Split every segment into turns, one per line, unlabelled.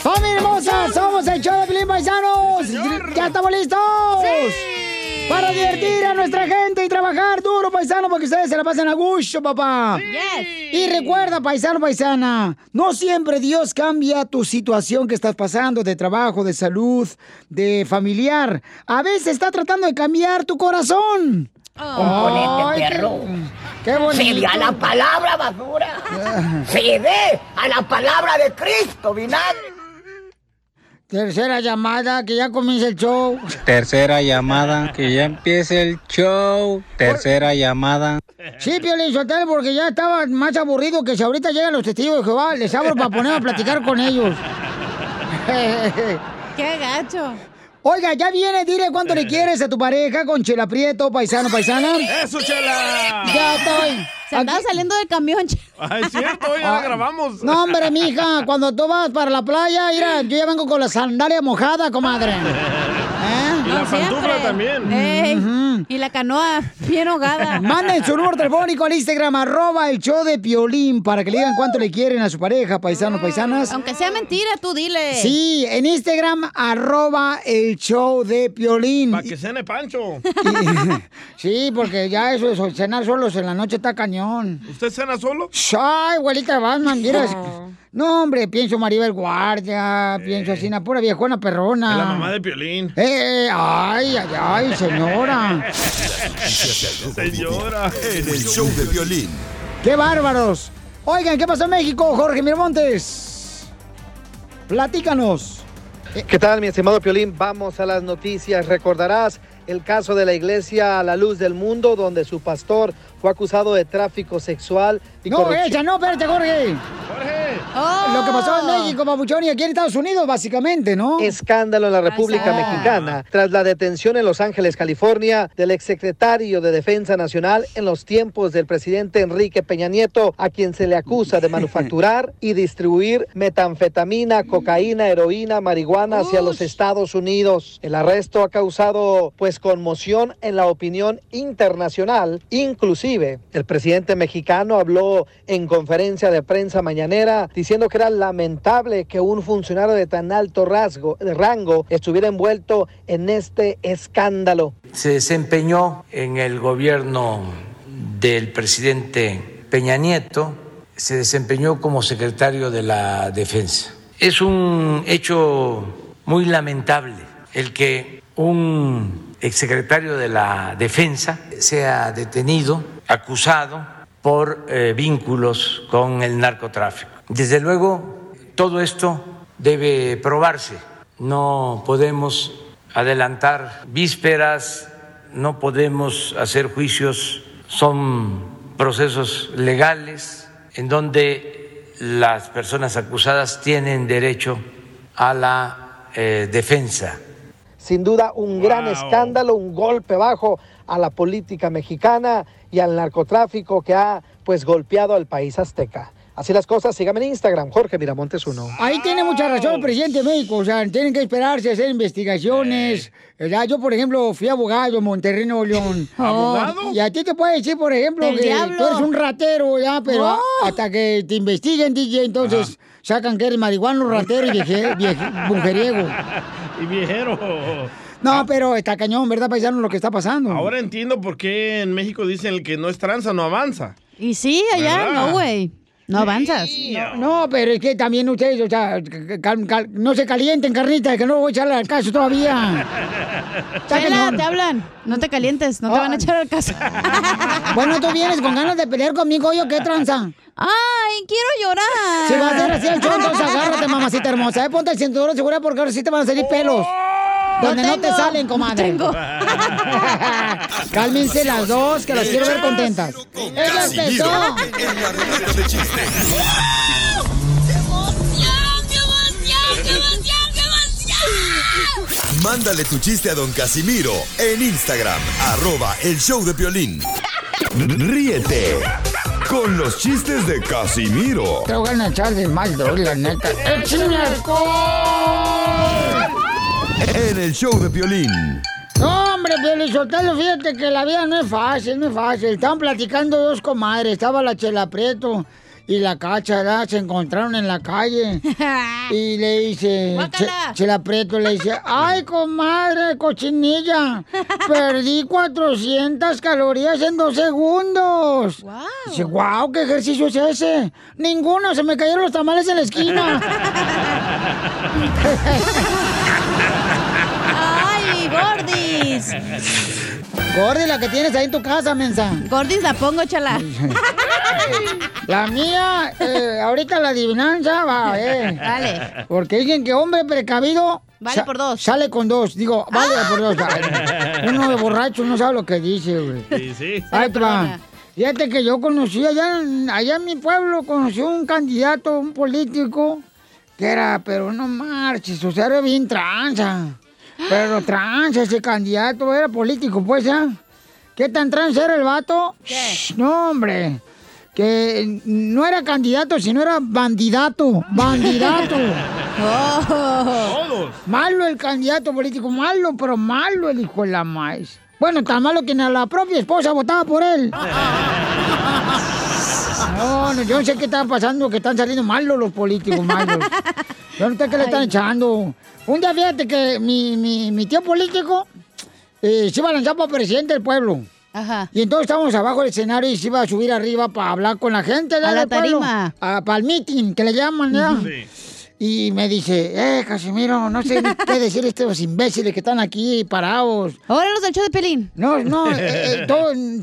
¡Familia hermosa! ¡Somos el show de Pilín Paisanos! ¡Ya estamos listos! Para divertir a nuestra gente y trabajar duro, paisano, para que ustedes se la pasen a gusto, papá. Y recuerda, paisano, paisana, no siempre Dios cambia tu situación que estás pasando de trabajo, de salud, de familiar. A veces está tratando de cambiar tu corazón.
Componente,
Ay, qué-
perro.
Qué bonito.
Se ve a la palabra basura. Se ve a la palabra de Cristo, vinagre.
Tercera llamada, que ya comienza el show.
Tercera llamada, que ya empiece el show. Tercera llamada.
Sí, Piolín Sotelo, porque ya estaba más aburrido que si ahorita llegan los testigos de Jehová, les abro para poner a platicar con ellos.
¡Qué gacho!
Oiga, ya viene, dile cuánto le quieres a tu pareja con Chela Prieto, paisano, paisana.
¡Eso, Chela!
Ya estoy.
Se andaba saliendo del camión.
Ah, es cierto, ya la grabamos.
No, hombre, mija, cuando tú vas para la playa, mira, yo ya vengo con la sandalia mojada, comadre.
Y la pantufla también.
Ey, Y la canoa bien ahogada.
Manden su número telefónico al Instagram, arroba el show de Piolín, para que le digan cuánto le quieren a su pareja, paisanos, paisanas.
Mm, Aunque sea mentira, tú dile.
Sí, en Instagram, arroba el show de Piolín.
Para que cene Pancho.
Sí, porque ya eso de cenar solos en la noche está cañón.
¿Usted cena solo?
¡Ay, abuelita Batman! miras. No, hombre, pienso Maribel Guardia, pienso así, una pura viejona perrona.
Es la mamá de Piolín.
Eh, eh, ay, ay, ay, señora.
Señora.
En el show de violín.
¡Qué bárbaros! Oigan, ¿qué pasó en México, Jorge Miramontes? Platícanos. Eh,
¿Qué tal, mi estimado Piolín? Vamos a las noticias. Recordarás el caso de la iglesia a la luz del mundo, donde su pastor fue acusado de tráfico sexual y
No,
corrupción.
ella, no, espérate, Jorge.
Jorge.
Oh.
Lo que pasó en México, papuchón, y aquí en Estados Unidos, básicamente, ¿no?
Escándalo en la República
Ah.
Mexicana tras la detención en Los Ángeles, California, del exsecretario de Defensa Nacional en los tiempos del presidente Enrique Peña Nieto, a quien se le acusa de manufacturar y distribuir metanfetamina, cocaína, heroína, marihuana hacia los
Ush.
Estados Unidos. El arresto ha causado pues conmoción en la opinión internacional, inclusive el presidente mexicano habló en conferencia de prensa mañanera diciendo que era lamentable que un funcionario de tan alto rasgo, rango estuviera envuelto en este escándalo.
se desempeñó en el gobierno del presidente Peña Nieto, se desempeñó como secretario de la Defensa. Es un hecho muy lamentable el que un exsecretario de la Defensa sea detenido, acusado por eh, vínculos con el narcotráfico. Desde luego, todo esto debe probarse. No podemos adelantar vísperas, no podemos hacer juicios, son procesos legales en donde las personas acusadas tienen derecho a la eh, defensa.
Sin duda un gran
Wow.
escándalo, un golpe bajo a la política mexicana y al narcotráfico que ha pues golpeado al país azteca. Así las cosas, sígame en Instagram, Jorge Miramontes uno.
Ahí tiene mucha razón el presidente de México, o sea, tienen que esperarse a hacer investigaciones. ¿verdad? Yo, por ejemplo, fui abogado en Monterrey, Nuevo León.
¿Abogado?
Y a ti te puede decir, por ejemplo,
Del
que
diablo.
tú eres un ratero, ya, pero a-
Oh.
hasta que te investiguen, DJ, entonces sacan que eres marihuano, ratero y vieje, vieje- mujeriego.
Y viejero.
No, pero está cañón, ¿verdad, paisano, lo que está pasando?
Ahora entiendo por qué en México dicen el que no es tranza no avanza.
Y sí, allá
¿Verdad?
no, güey. No avanzas.
No, no, pero es que también ustedes, o sea, c- cal- cal- no se calienten, carnita, que no voy a echarle al caso todavía.
Chela, te hablan. No te calientes, no te van a echar al caso.
Bueno, tú vienes con ganas de pelear conmigo, yo qué tranza.
Ah. Ay, quiero llorar.
Si vas a hacer así el show, entonces agárrate, mamacita hermosa. Eh, ponte el cinturón de seguridad porque ahora sí te van a salir pelos. Donde no, te
Oh, tengo,
salen,
no
comadre.
tengo.
Cálmense las dos, que las quiero ver contentas. ¡Es
Casimiro
la excepción!
en la ruleta de chiste. Mándale tu chiste a don Casimiro en Instagram, arroba el show de Piolín. Ríete con los chistes de Casimiro
Tengo ganas de echarle más droga, la neta. ¡Eh, ¡Échame alcohol!
en el show de Piolín.
No, hombre, Sotelo, fíjate que la vida no es fácil, no es fácil. Estaban platicando dos comadres, estaba la Chela Prieto y la Cacha, ¿verdad? Se encontraron en la calle. Y le dice, Che- Chela Prieto le dice, ay, comadre, cochinilla, perdí 400 calorías en dos segundos. Dice, wow, ¿qué ejercicio es ese? Ninguno, se me cayeron los tamales en la esquina.
Ay, Gordis.
Gordi, la que tienes ahí en tu casa, mensa.
Gordis la pongo, chala.
La mía, eh, ahorita la adivinanza va, eh.
Dale.
Porque dicen que hombre precavido.
Vale
sa-
por dos. Ah.
Sale con dos. Digo, vale por dos. Ay, Uno de borracho no sabe lo que dice, güey.
Sí, sí.
Ahí te va. Fíjate que yo conocí allá, en- allá en mi pueblo, conocí un candidato, un político, que era, pero no marches, o sea, era bien tranza. Pero tranza ese candidato, era político, pues, ¿ya? ¿Qué tan tranza era el vato? Shh, no, hombre. Que no era candidato, sino era bandidato. Bandidato.
Todos.
Malo el candidato político, malo, pero malo el hijo de la maíz. Bueno, tan malo que ni a la propia esposa votaba por él. No, no, yo no sé qué está pasando, que están saliendo malos los políticos, malos. Yo no sé qué le están echando. Un día fíjate que mi, mi, mi tío político eh, se iba a lanzar para presidente del pueblo. Y entonces estábamos abajo del escenario y se iba a subir arriba para hablar con la gente.
A
del
la
pueblo.
tarima.
Ah, para el meeting, que le llaman, ¿ya? Y me dice, eh, Casimiro, no sé ni qué decir estos imbéciles que están aquí parados.
Ahora los del show de Pelín.
No, no, eh, eh, todo, eh,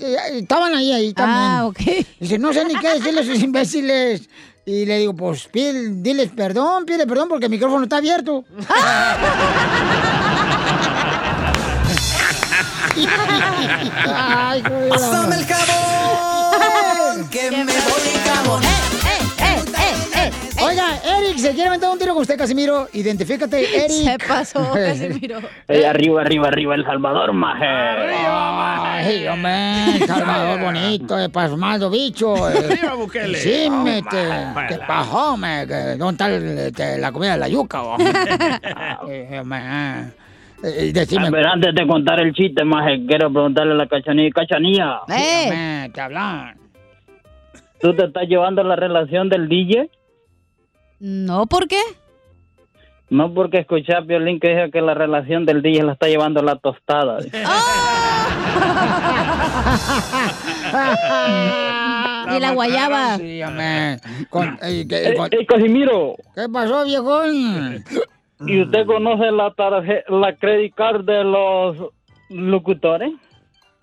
eh, estaban ahí, ahí también.
Ah, ok.
Dice, no sé ni qué decirle a esos imbéciles. Y le digo, pues, pide- diles perdón, pide perdón porque el micrófono está abierto. Ay, güey.
Pásame el jabón,
que me voy jabón. eh, Oiga, Eric, se quiere aventar un tiro con usted, Casimiro. Identifícate, Eric.
Se pasó, Casimiro.
Eh, arriba, arriba, arriba, El Salvador, maje. Ah.
Ay, hombre, Salvador bonito, eh, pasmado bicho. eh.
Arriba, Bukele.
Sí,
Oh,
me
my.
te, te pajó, me, que ¿dónde está el- este, la comida de la yuca? oh? Eh, me, eh, decime.
A ver, antes de contar el chiste, maje, quiero preguntarle a la cachanilla. Cachanilla,
Dígame, te hablan.
¿tú te estás llevando la relación del DJ?
No, ¿por qué?
No porque escuché a Violín que dijo que la relación del DJ la está llevando la tostada.
¡Ah!
Y la guayaba.
Sí, hombre. Con- eh, que-
Eh,
con-
eh, Casimiro, Eh,
¿Qué pasó, viejón?
¿y usted conoce la tarje- la credit card de los locutores?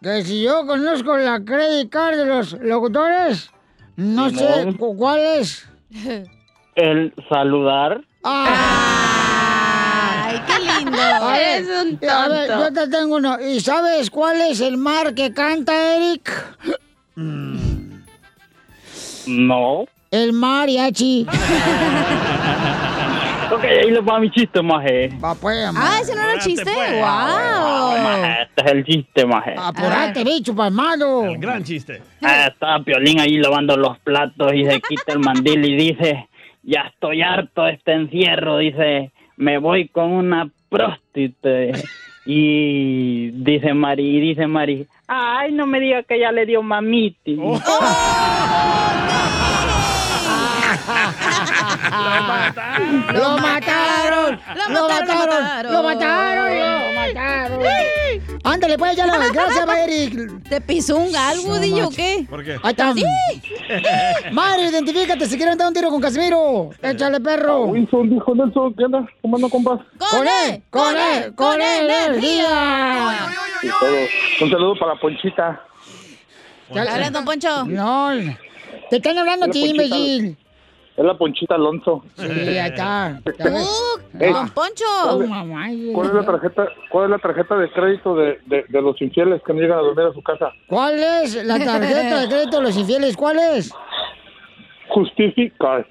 Que si yo conozco la credit card de los locutores, no sé
Simón.
cu- cuál es.
El saludar.
¡Ay,
qué lindo!
Eres un
A ver,
tonto.
yo te tengo uno. ¿Y sabes cuál es el mar que canta Eric?
No.
El mariachi.
Ok, ahí le va mi chiste, maje.
pues,
Ah, ese no era el chiste. ¡Wow!
Maje, Este es el chiste, maje.
Ah, Apurate, bicho palmado.
gran chiste. está Ah, Piolín ahí lavando los platos y se quita el mandil y dice, ya estoy harto de este encierro, dice, me voy con una próstite. Y dice Mari, y dice Mari, Ay, no me diga que ya le dio mamiti.
¡Lo mataron! ¡Lo mataron! ¡Lo mataron! ¡Lo mataron! Ándale, pues, ya la gracias, va, Eric.
¿Te pisó un Woody, o qué?
¿Por qué?
Ahí está.
¡Sí!
Madre, identifícate, se quieren dar un tiro con Casimiro. Échale, perro. Ah, Wilson dijo Nelson, ¿qué anda? ¿Cómo compas? ¡Con él! ¡Con él! ¡Con él! energía!
Y todo. Un saludo para Ponchita.
Habla, don Poncho.
No, te están hablando a
Hola,
ti,
Ponchita.
imbécil.
Es la Ponchita Alonso.
Sí, ahí está. Ya ves. Ah.
Ey,
Don Poncho.
¿cuál es- ¿Cuál es la tarjeta, cuál es la tarjeta de crédito de, de- de los infieles que no llegan a dormir a su casa?
¿Cuál es la tarjeta de crédito de los infieles? ¿Cuál es?
Justificar.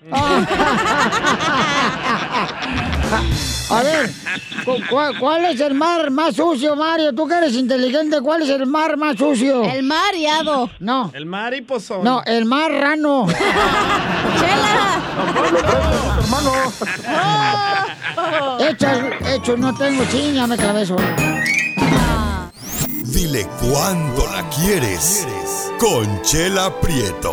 A ver, cu- cua- ¿cuál es el mar más sucio, Mario? Tú que eres inteligente, ¿cuál es el mar más sucio? El mar yado. No.
El mar y pozón.
No, el mar rano.
hermano.
Hecho, hecho, no tengo chiña, me clavezo.
Dile cuándo la quieres. Conchela Prieto.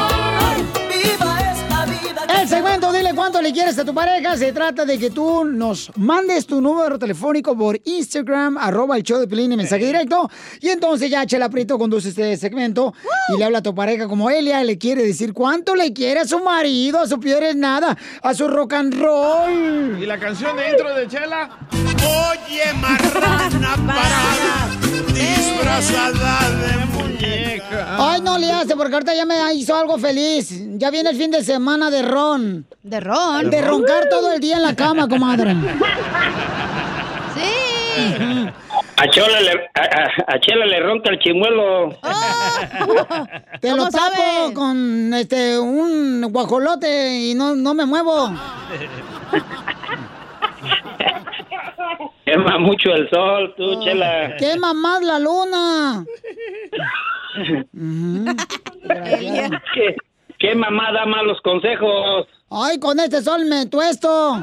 ¡Viva esta vida!
El segmento, dile cuánto le quieres a tu pareja. Se trata de que tú nos mandes tu número telefónico por Instagram, arroba el show de Pelín en mensaje directo. Y entonces ya Chela Prieto conduce este segmento y le habla a tu pareja como Elia. Le quiere decir cuánto le quiere a su marido, a su piedra nada, a su rock and roll.
¿Y la canción de intro de Chela?
Oye, marrana parada, disfrazada de muñeca.
Ay, no le hace, porque ahorita ya me hizo algo feliz. Ya viene el fin de semana de ron. ¿De ron? De roncar todo el día en la cama, comadre.
Sí.
A Chola le, a, a- a Chela le ronca el chimuelo.
Te lo tapo con este un guajolote y no, no me muevo.
Quema mucho el sol, tú, Chela.
Oh. Quema más la luna.
¿Qué, qué mamá da malos consejos?
Ay, con este sol me tuesto.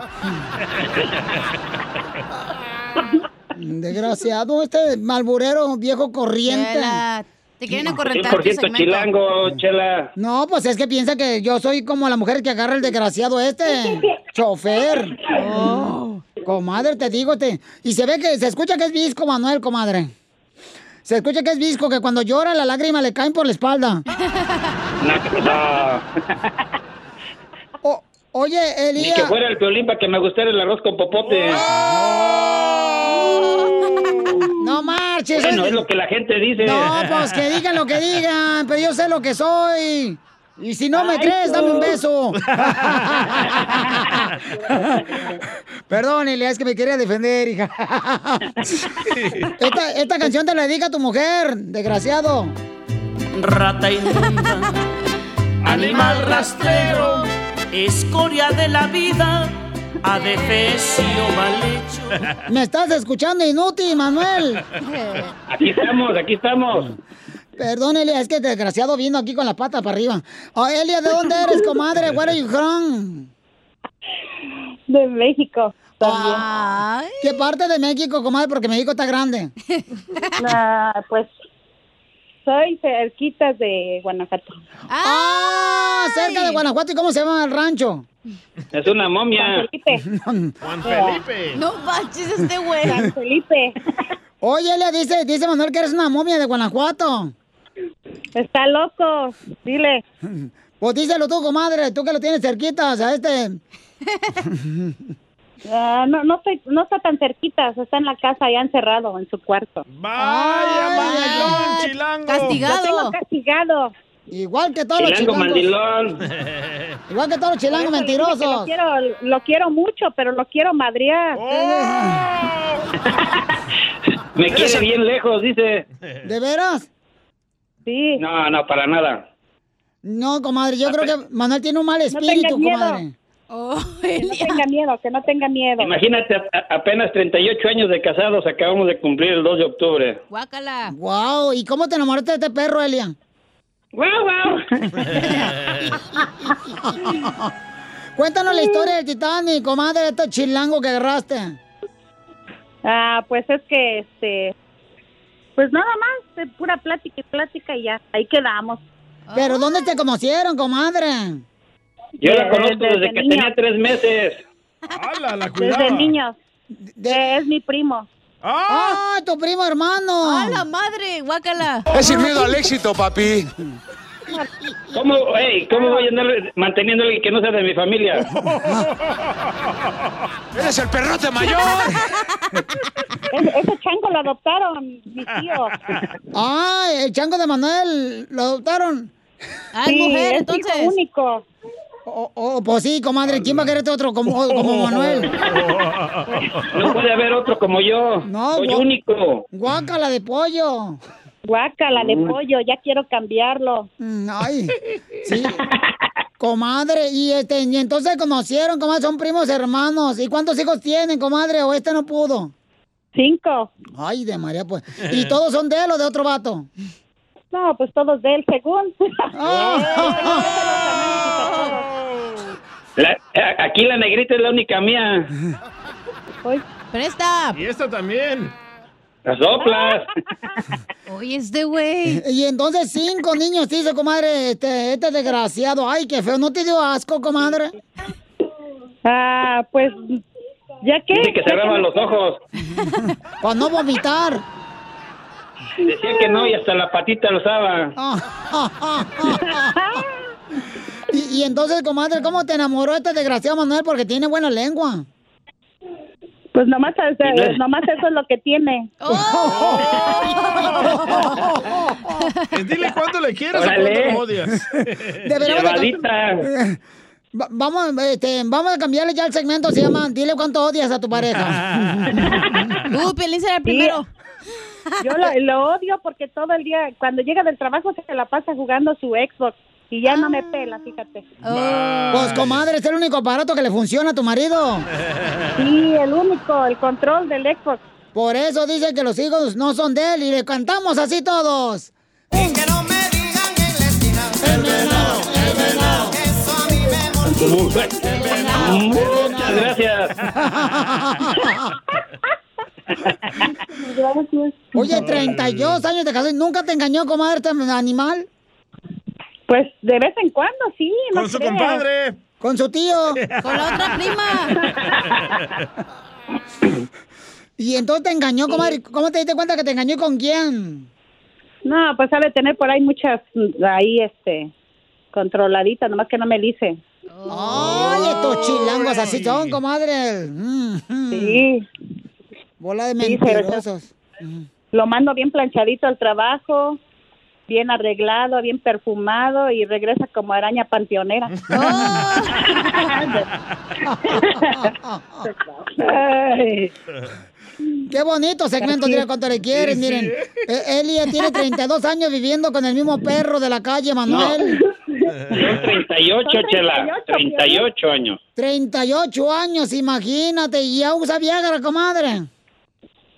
Desgraciado, este malburero viejo corriente.
Chela, te quieren acorrentar tu
100%
segmento.
chilango, Chela.
No, pues es que piensa que yo soy como la mujer que agarra el desgraciado este. Chofer. Oh, comadre, te digo, te. Y se ve que se escucha que es visco, Manuel, comadre. Se escucha que es visco, que cuando llora la lágrima le caen por la espalda.
No, no.
O- oye,
Ah, Ni que
Elías.
fuera el piolín para que me gustara el arroz con popote.
No marches.
Bueno,
oye.
es lo que la gente dice.
No, pues que digan lo que digan, pero yo sé lo que soy. Y si no me
Ay,
crees,
tú.
dame un beso. Perdón, Elia, es que me quería defender, hija. esta, esta canción te la dedica a tu mujer, desgraciado.
Rata inmunda, animal rastrero, escoria de la vida, adefesio mal hecho.
Me estás escuchando inútil, Manuel.
Aquí estamos, aquí estamos.
Perdón, Elia, es que desgraciado vino aquí con la pata para arriba. Oh, Elia, ¿de dónde eres, comadre? Where are you from? De México. ¿Qué parte de México, comadre? Porque México está grande.
Ah, pues soy cerquita de Guanajuato.
¡Ah! Cerca de Guanajuato. ¿Y cómo se llama el rancho?
Es una momia.
Juan
Felipe.
No manches este güey.
San
Felipe.
Oye, Elia, dice, dice Manuel que eres una momia de Guanajuato.
Está loco, dile.
Pues díselo tú, comadre, tú que lo tienes cerquita, o sea, este...
Ah, no, no, estoy- no está tan cerquita, o sea, está en la casa ya encerrado en su cuarto.
¡Vaya, mandilón, chilango!
Lo tengo castigado.
Igual que todos
Chilango
los chilangos.
mandilón.
Igual que todos los chilangos
Por eso le dije que
mentirosos.
Lo quiero, lo quiero mucho, pero lo quiero madrear.
Me quiere bien lejos, dice.
¿De veras?
Sí.
Eh. No, no, para nada. Ah,
No, comadre, yo creo que Manuel tiene un mal
No
espíritu,
tengas miedo.
comadre.
que no tenga miedo, que no tenga miedo.
Imagínate, a- apenas 38 años de casados acabamos de cumplir el 2 de octubre.
Guácala. Wow, ¿y cómo te enamoraste de este perro, Elia?
Wow, wow.
Cuéntanos la historia del Titanic, comadre, de este chilango que agarraste.
Ah, pues es que, este, pues nada más, de pura plática y plática y ya, ahí quedamos.
¿Pero dónde te conocieron, comadre?
Yo la conozco desde que tenía tres meses.
¡Hala, la
Desde niños. Eh, es mi primo.
¡Ah! tu primo hermano!
¡A la madre! ¡Guácala!
Es el
miedo
miedo
al
al
éxito, papi.
¿Cómo, hey, ¿Cómo voy a andar manteniendo a alguien que no sea de mi familia?
¡Eres el perrote mayor!
Ese, ese chango lo adoptaron, mi tío.
¡Ah, el chango de Manuel! ¿Lo adoptaron?
Ah, es Sí, mujer, es hijo entonces. único.
Oh, oh, pues sí, comadre, ¿quién va a quererte otro como, como Manuel?
No puede haber otro como yo.
No,
Soy
gua-
único.
Guácala de pollo.
Guácala de
Mm.
pollo, ya quiero cambiarlo.
Mm, Ay, sí. Comadre, y, este, y entonces conocieron, comadre, son primos hermanos. ¿Y cuántos hijos tienen, comadre? ¿O este no pudo?
Cinco.
Ay, de María, pues. ¿Y todos son de él o de otro vato?
No, pues todos de él, según.
Oh.
La- a- aquí la negrita es la única mía.
¡Presta!
Y esta también.
Las soplas.
Oye, este güey. Y entonces cinco niños dice, comadre, este, este desgraciado. Ay, qué feo. ¿No te dio asco, comadre?
Ah, pues, ¿ya qué?
eh,
Dice que cerraban los ojos.
Para no vomitar.
Decía que no y hasta la patita lo usaba.
Ah. y, y entonces, comadre, ¿cómo te enamoró este desgraciado Manuel? Porque tiene buena lengua.
Pues nomás, eh, nomás eso es lo que tiene.
Oh.
Eh, Dile cuánto le quieres o
Órale.
cuánto lo odias.
Deberíamos de cambiar- Va- Vamos, este, vamos a cambiarle ya el segmento, se llama Dile cuánto odias a tu pareja.
Uh, Piolín será el primero.
Yo lo, lo odio porque todo el día, cuando llega del trabajo, se la pasa jugando su Xbox y ya no me pela, fíjate.
Pues comadre, es el único aparato que le funciona a tu marido.
Sí, el único, el control del Xbox.
Por eso dicen que los hijos no son de él y le cantamos así todos.
Mm,
Muchas gracias.
Oye, 32 años de casado y nunca te engañó, comadre, este animal.
Pues de vez en cuando, Pues, sí.
no
Con su creas. compadre.
Con su tío.
Con la otra
Y entonces te engañó, comadre. ¿Cómo te diste cuenta que te engañó y con quién?
No, pues sabe tener por ahí muchas, mm, ahí, este, controladitas, nomás que no me dice.
Ay, estos chilangos así son, comadre.
Sí.
Bola de
Sí, pero eso-
mentirosos.
Lo mando bien planchadito al trabajo, bien arreglado, bien perfumado y regresa como araña panteonera.
Oh.
Ay.
Qué bonito segmento,
Así
dile
es.
cuánto le quieres,
Sí, sí.
miren. Eh, Elia tiene 32 años viviendo con el mismo perro de la calle, Manuel.
Son 38, Chela. 38 años.
38 años, imagínate, y ya usa Viagra, comadre.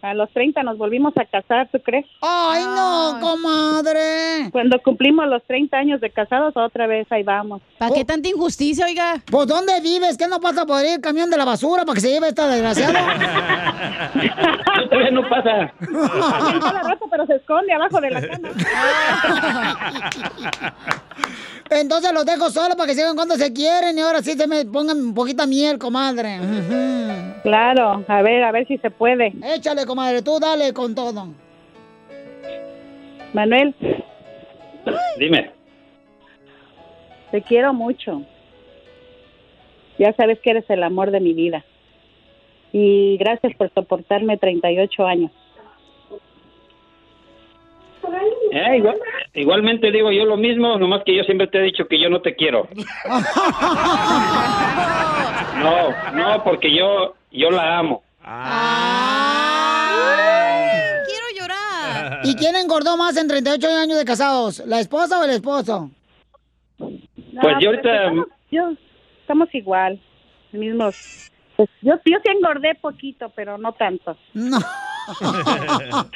A los 30 nos volvimos a casar, ¿tú crees?
¡Ay, no, comadre!
Cuando cumplimos los 30 años de casados, otra vez ahí vamos.
¿Para qué tanta injusticia, oiga?
¿Por Pues, dónde vives? ¿Qué no pasa por ahí el camión de la basura para que se lleve esta desgraciada?
Yo todavía no pasa.
la rata, pero se esconde abajo de la cama.
Entonces los dejo solos para que sigan cuando se quieren y ahora sí se me pongan un poquito miel, comadre. Ujú.
Claro, a ver, a ver si se puede.
Échale, comadre, tú dale con todo.
Manuel,
Dime.
te quiero mucho. Ya sabes que eres el amor de mi vida. Y gracias por soportarme 38 años.
Eh, igual- igualmente digo yo lo mismo, nomás que yo siempre te he dicho que yo no te quiero. No, no, porque yo, yo la amo.
Quiero llorar. ¿Y quién engordó más en 38 años de casados? ¿La esposa o el esposo?
Pues yo
pero
ahorita-
Estamos, yo- estamos igual, mismos. Pues yo, yo sí engordé poquito, pero no tanto.
No.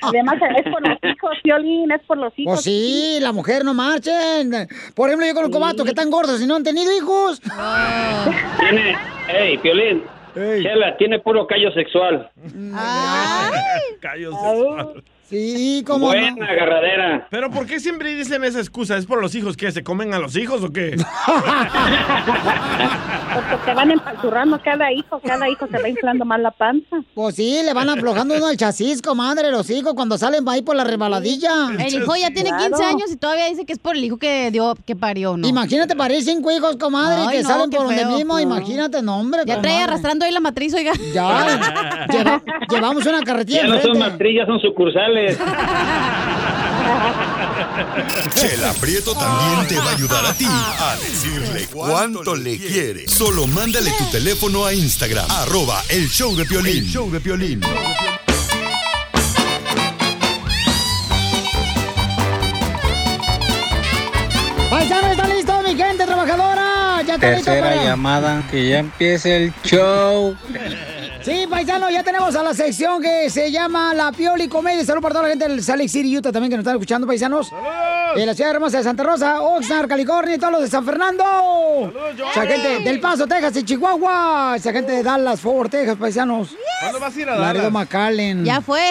Además, es por los hijos, Violín, es por los hijos.
Pues sí, la mujer no marchen. Por ejemplo, yo conozco vatos que están gordos y no han tenido hijos.
Tiene, hey, Piolín,
Chela, tiene puro callo sexual.
Callo sexual.
Sí, como
Buena no. agarradera.
Pero ¿por qué siempre dicen esa excusa? ¿Es por los hijos que se comen a los hijos o qué?
Porque te pues van empalturrando cada hijo, cada hijo se va inflando más la panza.
Pues sí, le van aflojando uno el chasis, comadre, los hijos, cuando salen ahí por la resbaladilla.
El hijo ya tiene 15 años y todavía dice que es por el hijo que dio, que parió, ¿no?
Imagínate parir cinco hijos, comadre,
Ay,
que
no,
salen
qué
por donde
feo. pues.
mismo, imagínate, no, hombre,
Ya trae
comadre.
arrastrando ahí la matriz, oiga.
Ya, lleva- llevamos una carretilla
Ya no son
enfrente.
matriz, ya son sucursales.
Chela Prieto también te va a ayudar a ti a decirle Ah. cuánto le quiere. Solo mándale tu teléfono a Instagram, arroba el show de Piolín. show de Piolín.
Paisano, ¿está listo, mi gente trabajadora? ¿Ya está listo
Tercera
para...?
llamada, que ya empiece el show.
Sí, paisano, ya tenemos a la sección que se llama La Pioli Comedia. Salud para toda la gente del Salt Lake City, Utah, también que nos están escuchando, paisanos. De la ciudad hermosa de Santa Rosa, Oxnard, California y todos los de San Fernando. Esa gente del Paso, Texas y Chihuahua. Esa gente de Dallas, Fort Worth, Texas, paisanos.
¿Cuándo vas a ir a
Laredo
Dallas?
McAllen.
Ya fue.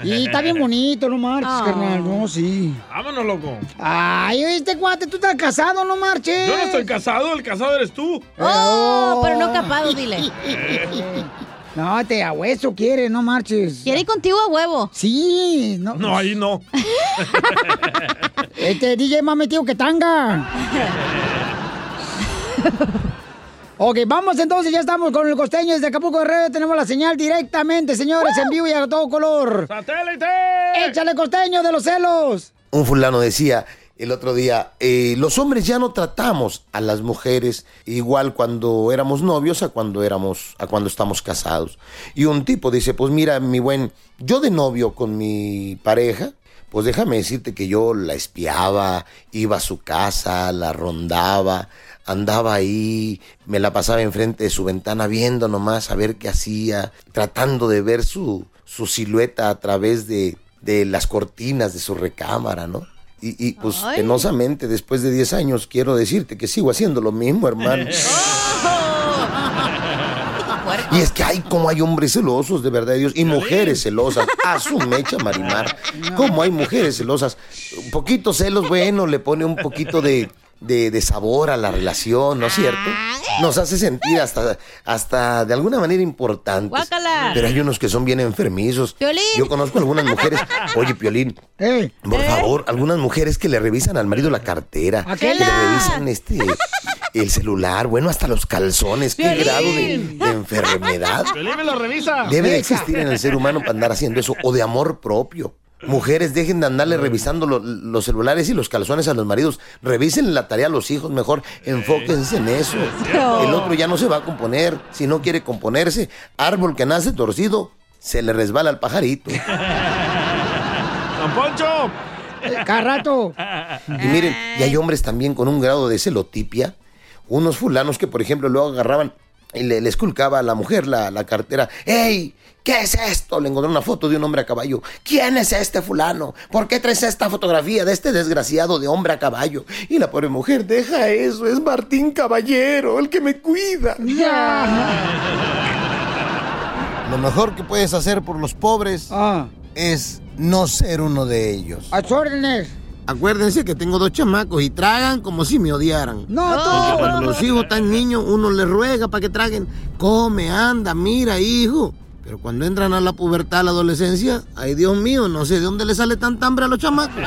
Oh.
Y está bien bonito, no marches,
Ah.
carnal. No, sí.
Vámonos, loco.
Ay, este cuate, tú estás casado, no marches.
Yo no estoy casado, el casado eres tú.
Oh, pero no
capado, dile.
Eh.
No, te a hueso quiere, no marches. ¿Quiere ir
contigo a huevo?
Sí, no.
No, ahí no.
Este DJ más metido que tanga. ok, vamos entonces, ya estamos con el costeño desde Acapulco Guerrero. Tenemos la señal directamente, señores, en vivo y a todo color.
¡Satélite!
¡Échale costeño de los celos!
Un fulano decía el otro día, eh, los hombres ya no tratamos a las mujeres igual cuando éramos novios a cuando éramos, a cuando estamos casados. Y un tipo dice, pues mira, mi buen, yo de novio con mi pareja, pues déjame decirte que yo la espiaba, iba a su casa, la rondaba, andaba ahí, me la pasaba enfrente de su ventana viendo nomás a ver qué hacía, tratando de ver su, su silueta a través de, de las cortinas de su recámara, ¿no? Y, y, pues
Ay.
penosamente, después de 10 años, quiero decirte que sigo haciendo lo mismo, hermano. Y es que hay como hay hombres celosos, de verdad, Dios, y mujeres celosas. A su mecha, Marimar. Como hay mujeres celosas. Un poquito celos, bueno, le pone un poquito de, de- de sabor a la relación, ¿no es cierto? Nos hace sentir hasta, hasta de alguna manera importantes.
Guácala.
Pero hay unos que son bien enfermizos.
Piolín.
Yo conozco algunas mujeres. Oye, Piolín, por favor, algunas mujeres que le revisan al marido la cartera,
¿A
que
qué
le
la?
revisan este el celular, bueno, hasta los calzones. ¿Qué
Piolín.
grado de- de enfermedad?
Piolín me lo revisa.
Debe de existir en el ser humano para andar haciendo eso, o de amor propio. Mujeres, dejen de andarle revisando lo- los celulares y los calzones a los maridos. Revisen la tarea a los hijos, mejor enfóquense en eso.
cierto.
El otro ya no se va a componer. Si no quiere componerse, árbol que nace torcido, se le resbala al pajarito.
¡Don Poncho!
Carrato.
Y miren, y hay hombres también con un grado de celotipia. Unos fulanos que, por ejemplo, luego agarraban y le, le esculcaba a la mujer la, la cartera. ¡Ey! ¿Qué es esto? Le encontré una foto de un hombre a caballo. ¿Quién es este fulano? ¿Por qué traes esta fotografía de este desgraciado de hombre a caballo? Y la pobre mujer, deja eso, es Martín Caballero, el que me cuida. Lo mejor que puedes hacer por los pobres es no ser uno de ellos.
Ah. ¡A sus órdenes!
Acuérdense que tengo dos chamacos y tragan como si me odiaran.
No,
Porque cuando los hijos están niños, uno les ruega para que traguen. Come, anda, mira, hijo. Pero cuando entran a la pubertad, a la adolescencia, ay Dios mío, no sé de dónde le sale tanta hambre a los chamacos.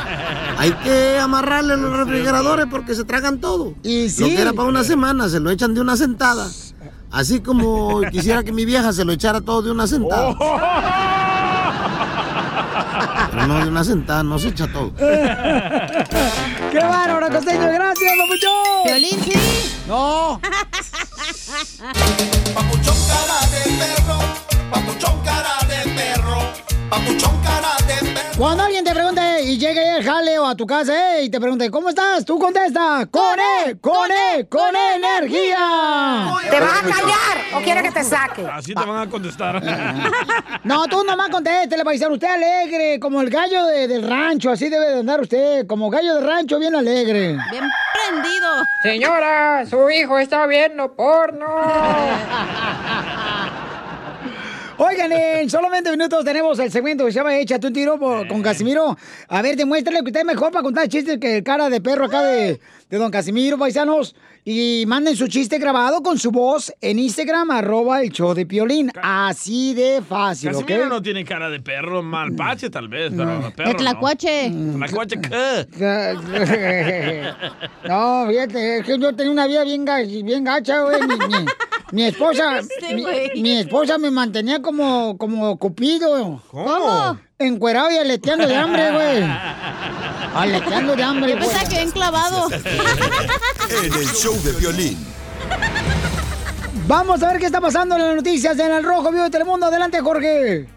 Hay que amarrarle los refrigeradores porque se tragan todo.
Y
Lo
sí.
que era para
Eh.
una semana se lo echan de una sentada. Así como quisiera que mi vieja se lo echara todo de una sentada. Pero no de una sentada, no se echa todo.
¡Qué bárbaro, costeño! ¡Gracias, papuchón!
¡Violín, sí!
¡No! Cuando alguien te pregunte y llegue ahí el jale o a tu casa, eh, y te pregunte, ¿cómo estás? Tú contesta, ¡con E, con E, con E energía!
¿Te vas a callar
o quieres que te saque?
Así te van a contestar.
No, tú nomás contéstele, paisano. Usted alegre, como el gallo de- del rancho, así debe de andar usted, como gallo del rancho, bien alegre.
Bien prendido.
Señora, su hijo está viendo porno.
Oigan, en solamente minutos tenemos el segmento que se llama Échate un tiro por-
Eh.
con Casimiro. A ver, demuéstrale que usted es mejor para contar chistes que el cara de perro acá de,
Eh.
de don Casimiro, paisanos. Y manden su chiste grabado con su voz en Instagram, arroba el show de Piolín. Así de fácil, ¿ok?
Casimiro no tiene cara de perro, malpache tal vez, pero perro
De tlacuache.
no. Tlacuache, ¿qué?
No, fíjate, es que yo tenía una vida bien, ga- bien gacha, güey. Mi, mi- mi esposa,
Este
mi,
güey.
mi esposa me mantenía como, como cupido.
¿Cómo?
Encuerado y aleteando de hambre, güey. Aleteando de hambre.
Yo pensaba Pues, que enclavado.
En el show de violín.
Vamos a ver qué está pasando en las noticias en el Rojo Vivo de Telemundo. Adelante, Jorge.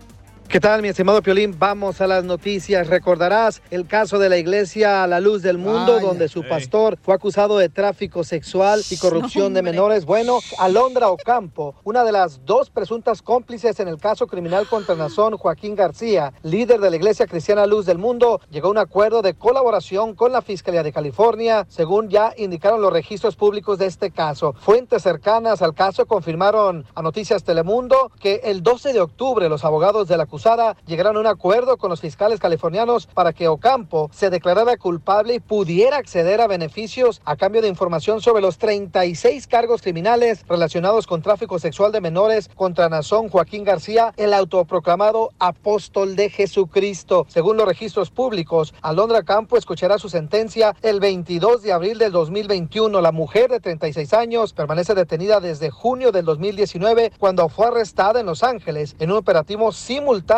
¿Qué tal, mi estimado Piolín? Vamos a las noticias. Recordarás el caso de la iglesia a la luz del mundo,
Vaya.
donde su pastor fue acusado de tráfico sexual y corrupción de menores. Bueno, Alondra Ocampo, una de las dos presuntas cómplices en el caso criminal contra Nazón, Joaquín García, líder de la iglesia cristiana Luz del Mundo, llegó a un acuerdo de colaboración con la Fiscalía de California, según ya indicaron los registros públicos de este caso. Fuentes cercanas al caso confirmaron a Noticias Telemundo que el 12 de octubre los abogados de la acusada llegaron a un acuerdo con los fiscales californianos para que Ocampo se declarara culpable y pudiera acceder a beneficios a cambio de información sobre los 36 cargos criminales relacionados con tráfico sexual de menores contra Nazón Joaquín García, el autoproclamado apóstol de Jesucristo. Según los registros públicos, Alondra Campo escuchará su sentencia el 22 de abril del 2021. La mujer de 36 años permanece detenida desde junio del 2019 cuando fue arrestada en Los Ángeles en un operativo simultáneo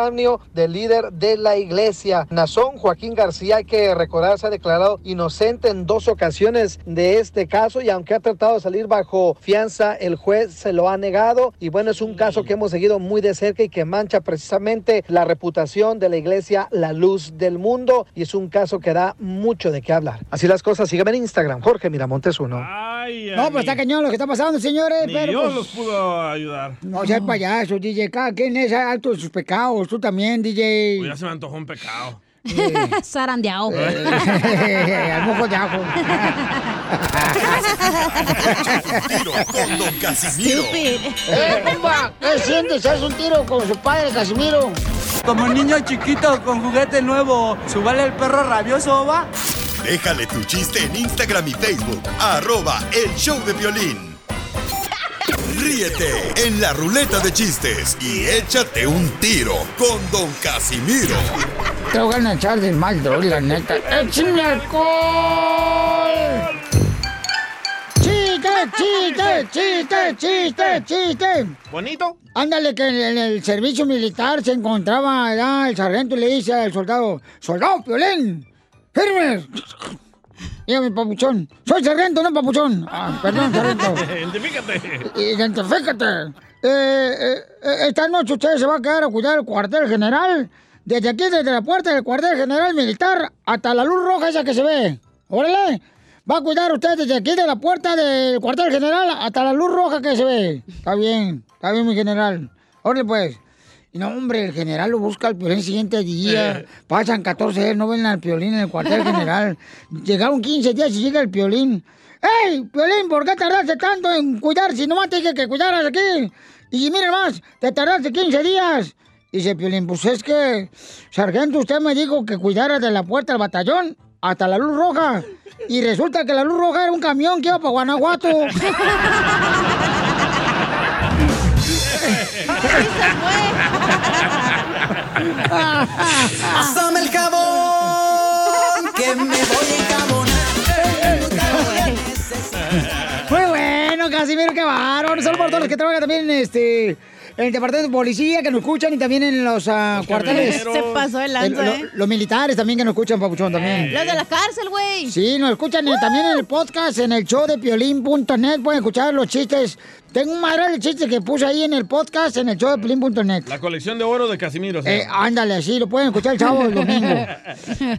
del líder de la iglesia. Nazón Joaquín García, hay que recordar, se ha declarado inocente en dos ocasiones de este caso y aunque ha tratado de salir bajo fianza, el juez se lo ha negado y bueno, es un caso que hemos seguido muy de cerca y que mancha precisamente la reputación de la iglesia La Luz del Mundo y es un caso que da mucho de qué hablar. Así las cosas, sígueme en Instagram, Jorge Miramontes uno.
No, pues está cañón lo que está pasando, señores.
Ah, Ni
pero
Dios
pues,
los pudo ayudar.
No seas payaso, DJ. Cada quien es alto de sus pecados. Tú también, Eh. DJ.
Uy, Pues ya se me antojó un pecado.
Zarandeado.
Eh. Al mojo de ajo.
Con Don Casimiro.
¡Eh, compa! ¿Qué sientes? ¿Haz un tiro con su padre, Casimiro?
Como niño chiquito con juguete nuevo, ¿subale el perro rabioso va?
Déjale tu chiste en Instagram y Facebook. Arroba el show de violín. Ríete en la ruleta de chistes y échate un tiro con Don Casimiro.
Te voy a echar de mal, droga, la neta. ¡Échame alcohol! ¡Chiste, chiste, chiste, chiste, chiste!
¿Bonito?
Ándale, que en el, servicio militar se encontraba ¿verdad? el sargento y le dice al soldado, ¡Soldado, Piolín! ¡Firme! Dígame, papuchón. Soy sargento, no papuchón. Ah, perdón, sargento.
Identifícate.
Identifícate. Eh, eh, eh, esta noche usted se va a quedar a cuidar el cuartel general. Desde aquí, desde la puerta del cuartel general militar hasta la luz roja esa que se ve. Órale. Va a cuidar usted desde aquí, de la puerta del cuartel general hasta la luz roja que se ve. Está bien, está bien, mi general. Órale, pues. Y No, hombre, el general lo busca al piolín el siguiente día.
Eh.
Pasan 14 días, no ven al piolín en el cuartel general. Llegaron 15 días y llega el piolín. ¡Ey, piolín, ¿por qué tardaste tanto en cuidar si nomás te dije que cuidaras aquí? Y miren más, te tardaste 15 días. Y dice piolín, pues es que, sargento, usted me dijo que cuidara de la puerta del batallón hasta la luz roja. Y resulta que la luz roja era un camión que iba para Guanajuato.
Pásame el jabón, que me voy a encabonar.
Muy bueno, Casimiro, qué bárbaro. Solo por todos los que trabajan también este, en el departamento de policía, que nos escuchan, y también en los ah, cuarteles.
camioneros. Se pasó de lanza,
lo-
¿eh?
Los militares también que nos escuchan, papuchón, también.
Los de la cárcel, güey.
Sí, nos escuchan eh, también en el podcast, en el show de piolín.net. Pueden escuchar los chistes. Tengo un madral de chistes que puse ahí en el podcast, en el show de piolín.net.
La colección de oro de Casimiro.
Eh, ándale, sí, lo pueden escuchar el sábado el domingo.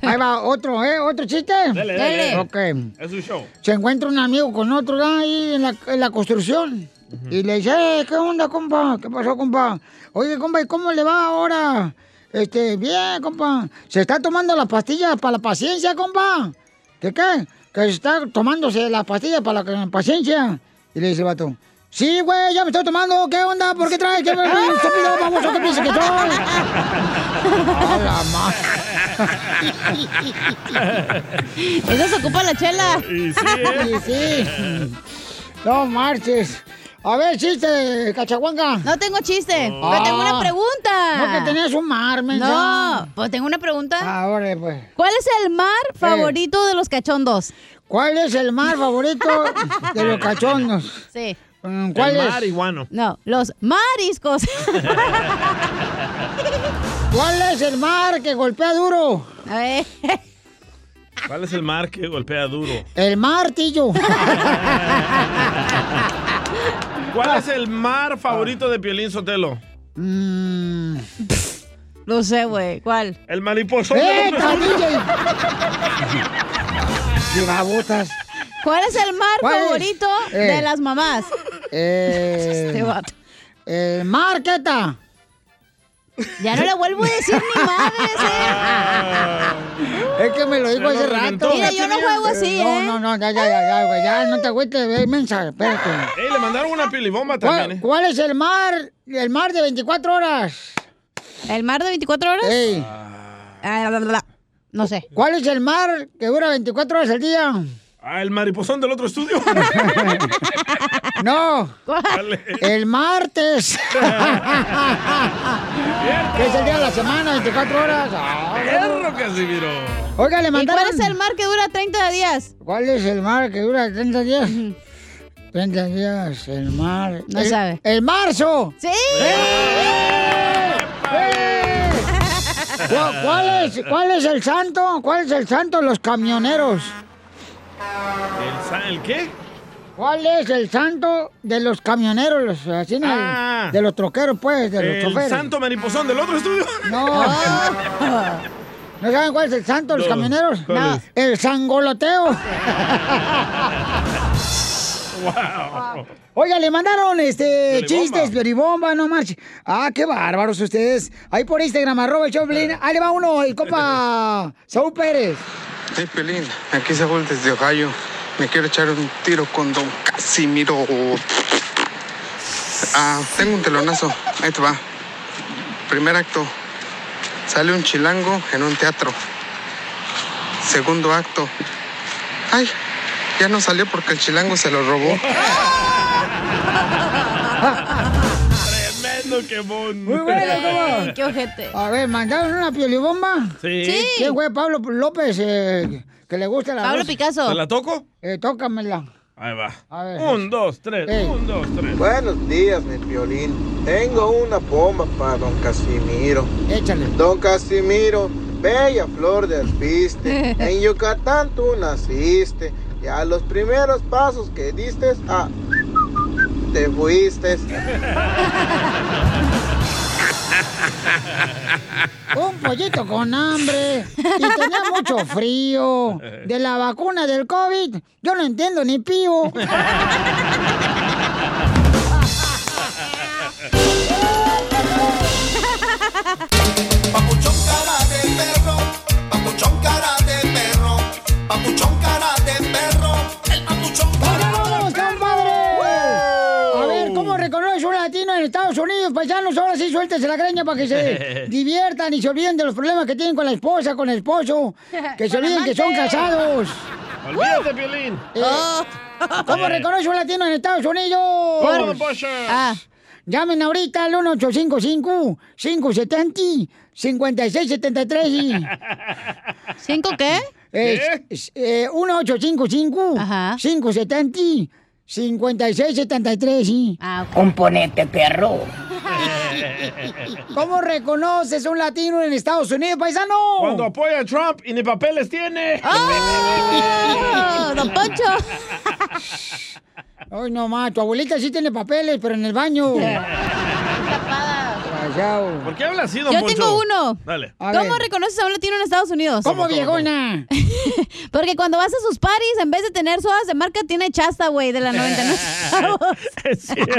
Ahí va, otro, ¿eh? ¿Otro chiste?
Dale, dale.
Ok
Es su show.
se encuentra un amigo con otro ¿verdad? ahí en la, en la construcción. Y le dice, "Eh, ¿qué onda, compa? ¿Qué pasó, compa? Oye, compa, ¿y cómo le va ahora? Este, bien, compa. ¿Se está tomando las pastillas para la paciencia, compa? ¿Qué qué? Que se está tomándose las pastillas para la paciencia. Y le dice el vato, Sí, güey, ya me estoy tomando. ¿Qué onda? ¿Por qué traes? ¿Qué me estúpido baboso? ¿Qué piensas que soy? A la madre.
Eso se ocupa la chela.
Y sí, ¿eh? sí. No marches. A ver, chiste, cachahuanga.
No tengo chiste, pero tengo una pregunta.
Ah. No, que tenías un mar, mensa.
No, pues tengo una pregunta.
Ahora, pues.
¿Cuál es el mar favorito de los cachondos?
Eh. ¿Cuál es el mar favorito de los cachondos?
Sí.
Mm, ¿Cuál
El
es?
marihuano.
No, los mariscos.
¿Cuál es el mar que golpea duro?
A ver.
¿Cuál es el mar que golpea duro?
El martillo.
¿Cuál es el mar
Ah.
favorito de Piolín Sotelo?
No sé, güey. ¿Cuál?
El mariposo.
Eh,
¡Eta, DJ!
botas.
¿Cuál es el mar
¿Cuál es?
favorito
Eh.
de las mamás? Este
Eh,
vato.
eh, marqueta.
Ya no le vuelvo a decir ni eh. madres,
Es que me lo dijo
Ya lo
hace rato.
reventó. Mira, yo no juego así,
No,
¿eh?
no, no, ya, ya, ya, ya, güey. Ya, no te agüites, ve, mensa, espérate.
¡Ey, le mandaron una pilibomba
¿Cuál,
también! eh.
cuál es el mar? El mar de 24 horas.
¿El mar de 24 horas?
Ey.
Ah, bla, bla, bla. No sé.
¿Cuál es el mar que dura 24 horas al día?
Ah, el mariposón del otro estudio.
No. El martes. que es el día de la semana, 24 horas. Ah,
¡Perro, Casimiro!
Oiga, le
¿Y
mandaron.
cuál es el mar que dura 30 días?
¿Cuál es el mar que dura 30 días? 30 días, el mar.
No
el,
sabe.
¡El marzo!
¡Sí!
¡Eh! ¿Cu- ¿Cuál es, ¿Cuál es el santo? ¿Cuál es el santo de los camioneros?
¿El, sa- el qué?
¿Cuál es el santo de los camioneros? Los, así en el- de los troqueros, pues, de los
Ah. El
troqueros.
santo mariposón del otro estudio.
No. ¿No saben cuál es el santo de los
No,
camioneros?
¿cuál
No.
es?
El sangoloteo.
wow.
Oiga, le mandaron este chistes, pioribomba, no marche. Ah, qué bárbaros ustedes. Ahí por Instagram, arroba el Choplin. Ahí le va uno, el copa Saúl Pérez.
Hey, Pelín, aquí Saúl desde Ohio. Me quiero echar un tiro con Don Casimiro. Ah, tengo un telonazo. Ahí te va. Primer acto. Sale un chilango en un teatro. Segundo acto. Ay, ya no salió porque el chilango se lo robó.
Tremendo, qué bon.
Muy bueno, ¿cómo?
Ey, ¡Qué ojete!
A ver, mandaron una piolibomba.
Sí. Sí.
¿Quién fue Pablo López? eh, que le gusta la
Pablo
voz?
Picasso.
¿Te la toco?
Eh, tócamela.
Ahí va.
A ver.
Un, dos, tres.
Ey.
Un, dos, tres.
Buenos días, mi violín. Tengo una bomba para don Casimiro.
Échale.
Don Casimiro, bella flor de alpiste. en Yucatán tú naciste. Y a los primeros pasos que diste, ah, te fuiste.
Un pollito con hambre y tenía mucho frío. De la vacuna del COVID, yo no entiendo ni pío. ¡Vamos, compadre! A ver, ¿cómo reconoce un latino en Estados Unidos? Paisanos, ahora sí suéltese la greña para que se diviertan y se olviden de los problemas que tienen con la esposa, con el esposo. Que se
Con
olviden que son
amante.
casados.
Olvídate, Piolín.
Eh,
Ah.
¿Cómo reconoce un latino en Estados Unidos?
Por- Pocha.
Ah, llamen ahorita al 1855-570-5673. y-
¿Cinco qué?
Eh, s- eh, 1855-570-5673. y-
Ah,
Componente, perro.
¿Cómo reconoces un latino en Estados Unidos, paisano?
Cuando apoya a Trump y ni papeles tiene.
¡Oh!
¡Don Poncho!
Ay, no más, tu abuelita sí tiene papeles, pero en el baño. Callao.
¿Por qué habla así, don
Yo
Poncho?
tengo uno.
Dale.
¿Cómo reconoces a un latino en Estados Unidos?
¿Cómo, viejona?
Porque cuando vas a sus paris, en vez de tener sodas de marca, tiene chasta, güey, de la 99.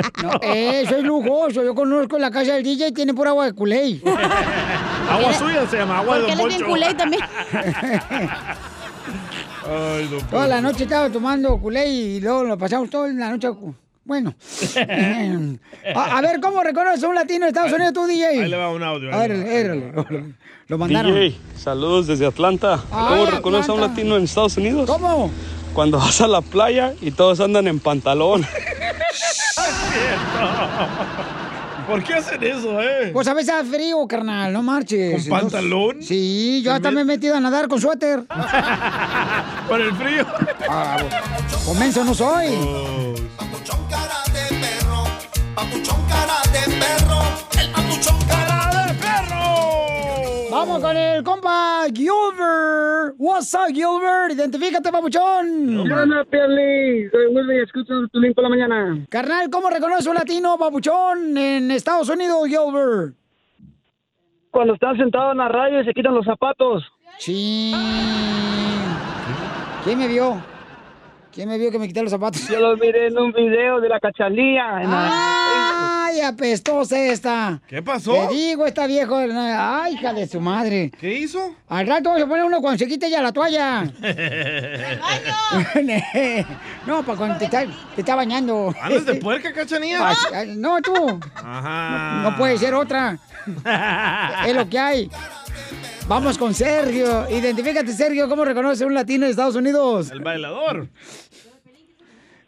chavos.
No, eso es lujoso. Yo conozco la casa del DJ y tiene pura agua de culé.
Agua suya se llama, agua de
Porque
don
él es bien
Poncho.
culé también.
Ay, don Poncho.
Toda la noche estaba tomando culé y luego lo pasamos toda la noche cu- Bueno. a, a ver, ¿cómo reconoce un latino de Estados Unidos tú, DJ?
Ahí le va un audio.
A ver, órale. Lo mandaron.
DJ, saludos desde Atlanta.
Ah,
¿Cómo reconoce a un
Atlanta.
latino en Estados Unidos?
¿Cómo?
Cuando vas a la playa y todos andan en pantalón.
¿Por qué hacen eso, eh?
Pues a veces hace frío, carnal, no marches.
¿Con pantalón? Ah,
Sí, yo hasta me he metido a nadar con suéter.
Por el frío.
Ah, Comenzo no soy.
Oh.
Vamos con el compa Gilbert. What's up, Gilbert? Identifícate, papuchón.
Hola, Pierly. Soy Willy. Escucho tu link por la mañana.
Carnal, ¿cómo reconoce un latino, papuchón, en Estados Unidos, Gilbert?
Cuando están sentados en la radio y se quitan los zapatos.
Sí. ¿Quién me vio? ¿Quién me vio que me quité los zapatos?
Yo los miré en un video de la cachanilla. en la-
¡Ay, apestosa esta!
¿Qué pasó?
Te digo, esta vieja, ¡ay, hija de su madre! ¿Qué hizo? Al rato vamos a poner uno cuando se quite ya la toalla. no, para cuando te está, te está bañando.
¿Andas de puerca, cachanilla? Ah.
Ay, ay, No, tú.
Ajá.
No puede ser otra. es lo que hay. Vamos con Sergio. Identifícate, Sergio. ¿Cómo reconoce un latino de Estados Unidos?
El bailador.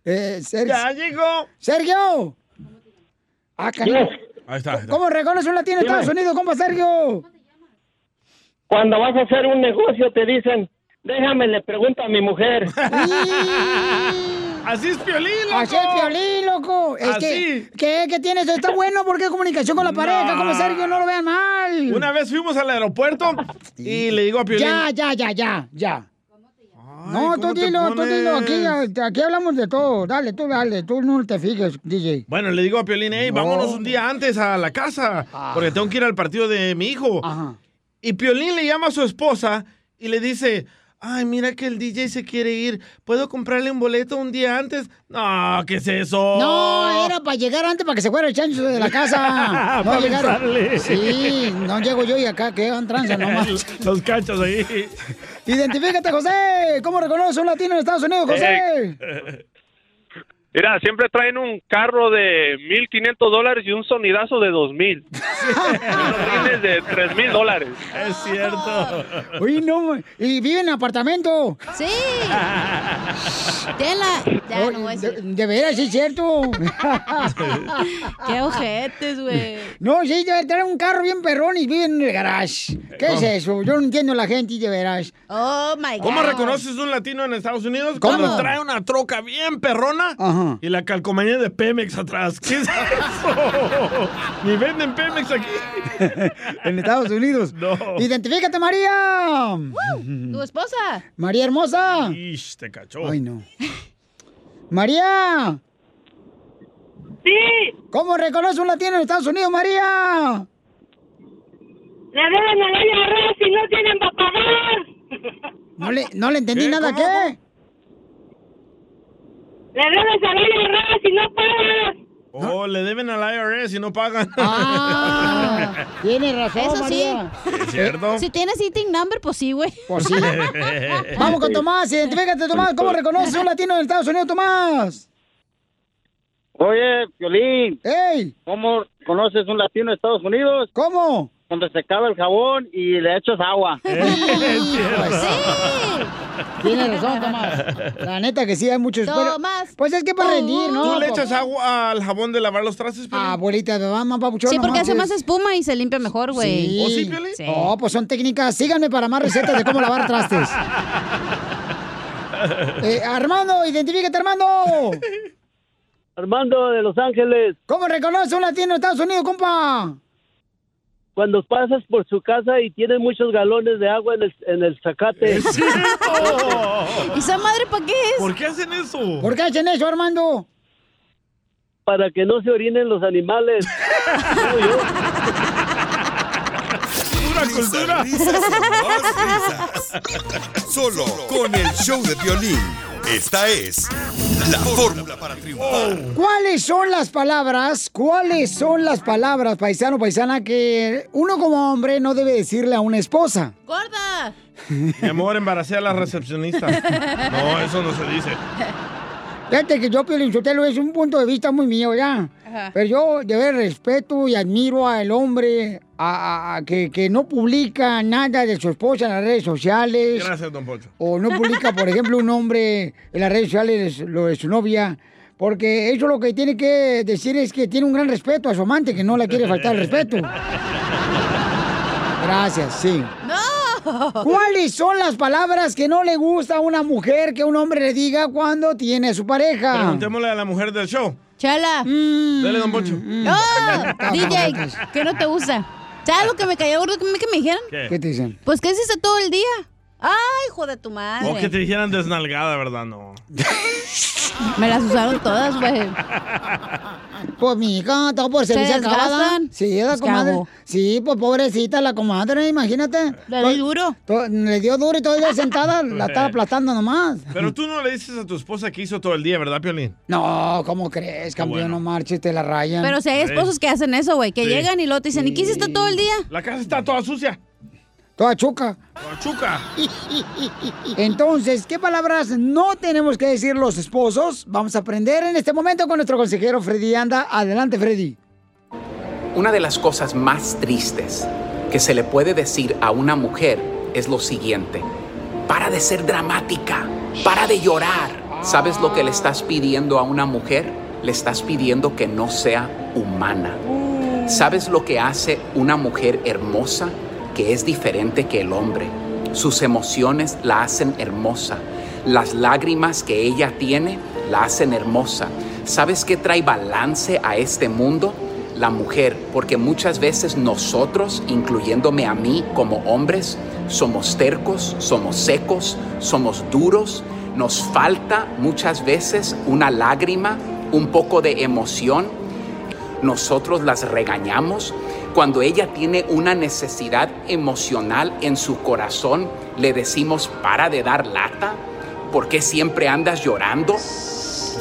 Eh, Sergio.
Ya llegó.
Sergio. Ah, canijo.
Ahí está. ahí está.
¿Cómo reconoce un latino de
Dime.
Estados Unidos, compa Sergio?
Cuando vas a hacer un negocio te dicen, déjame, le pregunto a mi mujer.
Así es Piolín, loco.
Así es Piolín, loco. Es
Así.
que, que, que tienes, está bueno porque es comunicación con la pareja, como Sergio, no lo vean mal.
Una vez fuimos al aeropuerto y le digo a Piolín.
Ya, ya, ya, ya, ya. No, tú
¿cómo te
dilo, tú dilo, aquí,
pones?
aquí hablamos de todo. Dale, tú dale, tú no te fijes, DJ.
Bueno, le digo a Piolín, hey, vámonos un día antes a la casa, porque tengo que ir al partido de mi hijo. Y Piolín le llama a su esposa y le dice, ay, mira que el DJ se quiere ir, ¿puedo comprarle un boleto un día antes? No, ¿qué es eso?
No, era para llegar antes para que se fuera el chancho de la casa. No
Pa'
llegaron.
avisarle.
Sí, no llego yo y acá quedan tranza nomás.
Los cachos ahí.
Identifícate, José. ¿Cómo reconoce un latino en Estados Unidos,
Eh.
José?
Mira, siempre traen un carro de 1500 dólares y un sonidazo de 2000. Tienes de 3000 dólares.
Es cierto.
Uy, no, y vive en apartamento.
Sí. Tela. Ya, no voy a
De,
decir.
de veras, sí es cierto.
Qué ojetes, güey.
No, sí, debe tener un carro bien perrón y vive en el garage.
Eh,
¿Qué es eso? Yo no entiendo a la gente, de veras.
Oh, my God.
¿Cómo reconoces un latino en Estados Unidos?
¿Cómo?
Cuando trae una troca bien perrona y la calcomanía de Pemex atrás. ¿Qué es eso? Ni venden Pemex aquí.
en Estados Unidos. Identifícate, María.
Tu esposa.
María hermosa.
Ish, te cachó.
Ay, no. María. Sí. ¿Cómo reconoce un latino en Estados Unidos, María?
Le deben a Ley arroz y Pues, no tienen para pagar.
No le, no le entendí nada, ¿qué?
Le debes a Ley arroz y no pagas.
Oh, le deben al IRS y no pagan.
Ah, tiene razón,
Eso
María.
sí.
¿Es cierto?
Si tienes eating number, pues sí, güey.
Pues sí. Pues Vamos con Tomás. Identifícate, Tomás. ¿Cómo
Pues,
reconoce un latino en Estados Unidos, Tomás?
Oye, Violín.
¡Ey!
¿Cómo conoces un latino de Estados Unidos?
¿Cómo?
Cuando se acaba el jabón y le echas agua.
Tiene razón, Tomás. La neta que sí, hay muchos. pero-
Tomás.
pues es que para rendir, ¿no?
¿Tú le echas agua al jabón de lavar los trastes? Piolín?
Abuelita de mamá, papuchón.
Sí,
no
porque hace
marches.
más espuma y se limpia mejor, güey.
Sí. Oh, pues son técnicas. Síganme para más recetas de cómo lavar trastes. Eh, Armando, identifícate, Armando.
Armando de Los Ángeles.
¿Cómo reconoce un latino en Estados Unidos, compa?
Cuando pasas por su casa y tiene muchos galones de agua en el, en el zacate.
¿Y esa madre para qué es?
¿Por qué hacen eso?
¿Por qué hacen eso, Armando?
Para que no se orinen los animales.
Pura cultura.
Solo con el show de violín. Esta es la fórmula para triunfar.
¿Cuáles son las palabras? ¿Cuáles son las palabras, paisano, paisana, que uno como hombre no debe decirle a una esposa?
¡Gorda!
Mi amor, embaracé a la recepcionista. No, eso no se dice.
Fíjate que yo, Piolín Sotelo, es un punto de vista muy mío, ¿ya?
Ajá.
Pero yo, de ver, respeto y admiro al hombre a- a- a que, que no publica nada de su esposa en las redes sociales.
Gracias, don Poncho.
O no publica, por ejemplo, un hombre en las redes sociales lo de su novia. Porque eso lo que tiene que decir es que tiene un gran respeto a su amante, que no le quiere faltar el respeto. Gracias, sí.
¡No!
¿Cuáles son las palabras que no le gusta a una mujer que un hombre le diga cuando tiene a su pareja? Mm,
Preguntémosle a la mujer del show.
Chala.
Dale, don Poncho.
No, Oh,
Ah,
DJ, que no te gusta. ¿Sabes lo que me cayó gordo que me, que me dijeron?
¿Qué?
te dicen?
Pues que hiciste todo el día. Ay, hijo de tu madre.
O que te dijeran desnalgada, ¿verdad? No.
Me las usaron todas, güey.
Pues mi hija, todo por
¿Se
servicio acabada.
desgastan?
Sí, la
Pues, ¿qué
comadre.
hago?
Sí, pues pobrecita la comadre, imagínate. Le dio duro. Le dio duro y todavía sentada, la estaba aplastando nomás.
Pero tú no le dices a tu esposa que hizo todo el día, ¿verdad, Piolín?
No, ¿cómo crees, campeón? No marches, te la rayan.
Pero si hay esposos que hacen eso, güey, que
Sí.
llegan y luego te dicen, ¿y qué hiciste todo el día?
La casa está toda sucia.
Toda chuca.
¡Chuca!
Entonces, ¿qué palabras no tenemos que decir los esposos? Vamos a aprender en este momento con nuestro consejero Freddy Anda. Adelante, Freddy.
Una de las cosas más tristes que se le puede decir a una mujer es lo siguiente. Para de ser dramática, para de llorar. ¿Sabes lo que le estás pidiendo a una mujer? Le estás pidiendo que no sea humana. ¿Sabes lo que hace una mujer hermosa? Que es diferente que el hombre. Sus emociones la hacen hermosa. Las lágrimas que ella tiene la hacen hermosa. ¿Sabes qué trae balance a este mundo? La mujer, porque muchas veces nosotros, incluyéndome a mí como hombres, somos tercos, somos secos, somos duros, nos falta muchas veces una lágrima, un poco de emoción, nosotros las regañamos. Cuando ella tiene una necesidad emocional en su corazón, le decimos, para de dar lata, ¿por qué siempre andas llorando?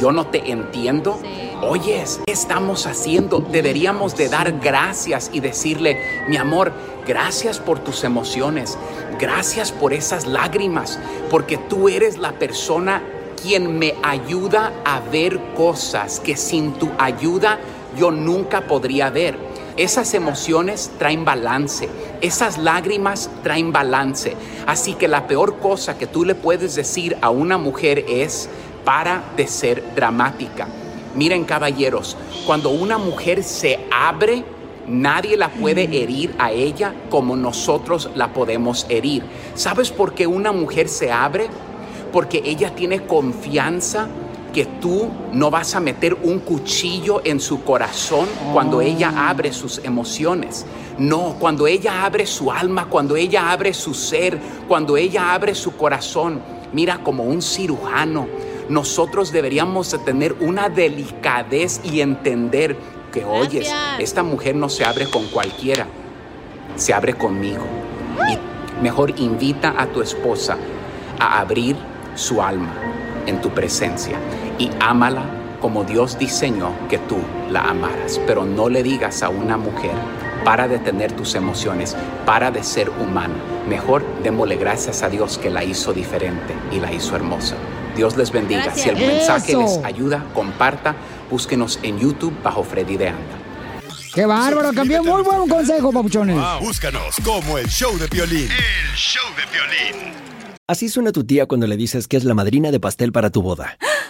Yo no te entiendo. Oyes, ¿qué estamos haciendo? Deberíamos de dar gracias y decirle, mi amor, gracias por tus emociones, gracias por esas lágrimas, porque tú eres la persona quien me ayuda a ver cosas que sin tu ayuda yo nunca podría ver. Esas emociones traen balance, esas lágrimas traen balance. Así que la peor cosa que tú le puedes decir a una mujer es para de ser dramática. Miren caballeros, cuando una mujer se abre, Nadie la puede herir a ella como nosotros la podemos herir. ¿Sabes por qué una mujer se abre? Porque ella tiene confianza que tú no vas a meter un cuchillo en su corazón cuando ella abre sus emociones. No, cuando ella abre su alma, cuando ella abre su ser, cuando ella abre su corazón, mira como un cirujano, nosotros deberíamos de tener una delicadez y entender que, oyes, esta mujer no se abre con cualquiera, se abre conmigo. Y mejor invita a tu esposa a abrir su alma en tu presencia y ámala como Dios diseñó que tú la amaras. Pero no le digas a una mujer, para de tener tus emociones, para de ser humana. Mejor démosle gracias a Dios que la hizo diferente y la hizo hermosa. Dios les bendiga.
Gracias.
Si el mensaje
Eso.
les ayuda, comparta. Búsquenos en YouTube bajo Freddy de Anda.
Qué bárbaro, campeón. Muy buen consejo, papuchones.
Búscanos como el show de Piolín. Oh. El show de Piolín.
Así suena tu tía cuando le dices que es la madrina de pastel para tu boda.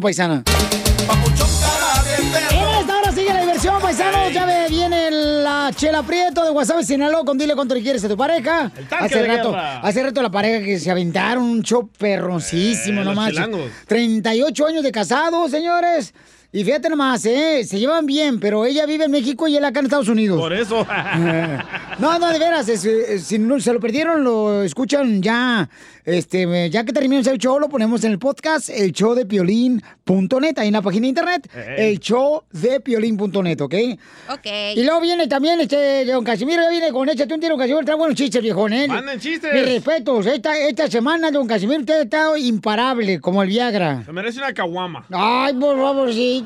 paisana. En esta hora sigue la diversión, paisanos. Ya ve, viene la Chela Prieto de WhatsApp Sinaloa con Dile cuánto le quieres a tu pareja.
tanque
hace
de
rato,
guerra.
hace rato la pareja que se aventaron un show perroncísimo,
Eh,
no
los
manches.
chilangos.
38 años de casados, señores. Y fíjate nomás, ¿eh? Se llevan bien, pero ella vive en México y él acá en Estados Unidos.
Por eso.
No, no, de veras, es, eh, si no se lo perdieron, lo escuchan ya. Este, eh, ya que terminemos el show, lo ponemos en el podcast, el show de piolín.net, ahí en la página de internet,
Eh,
Ey.
el show de piolín.net, ¿ok?
Ok.
Y luego viene también este don Casimiro, ya viene con échate un tiro, Casimiro, trae buenos chistes, viejón, ¿eh?
Manden chistes.
Mis respetos, esta, esta semana don Casimiro usted ha estado imparable, como el Viagra.
Se merece una caguama.
Ay, por favorcito.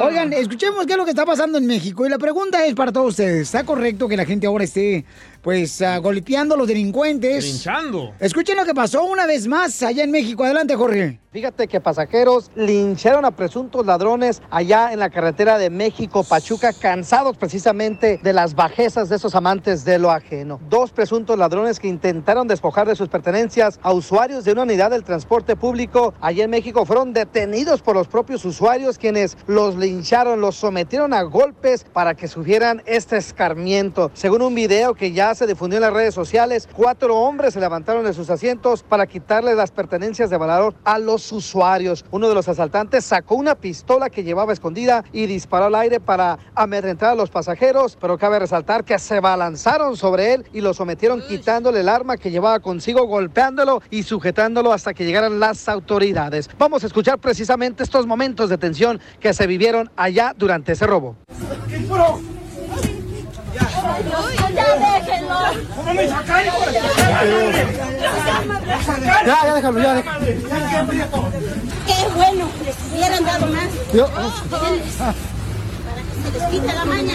Oigan, escuchemos qué es lo que está pasando en México. Y la pregunta es para todos ustedes. ¿Está correcto que la gente ahora esté, pues, ah, golpeando a los delincuentes?
Linchando.
Escuchen lo que pasó una vez más allá en México. Adelante, Jorge.
Fíjate que pasajeros lincharon a presuntos ladrones allá en la carretera de México-Pachuca, cansados precisamente de las bajezas de esos amantes de lo ajeno. Dos presuntos ladrones que intentaron despojar de sus pertenencias a usuarios de una unidad del transporte público allá en México fueron detenidos por los propios usuarios quienes los lincharon, los sometieron a golpes para que sufrieran este escarmiento. Según un video que ya se difundió en las redes sociales, cuatro hombres se levantaron de sus asientos para quitarle las pertenencias de valor a los usuarios. Uno de los asaltantes sacó una pistola que llevaba escondida y disparó al aire para amedrentar a los pasajeros, pero cabe resaltar que se balanzaron sobre él y lo sometieron quitándole el arma que llevaba consigo, golpeándolo y sujetándolo hasta que llegaran las autoridades. Vamos a escuchar precisamente estos momentos de tensión que se vivieron allá durante ese robo.
Ya,
ya déjalo, ya déjalo.
Qué bueno, les hubieran dado más.
Yo-
Para que se les quite la maña.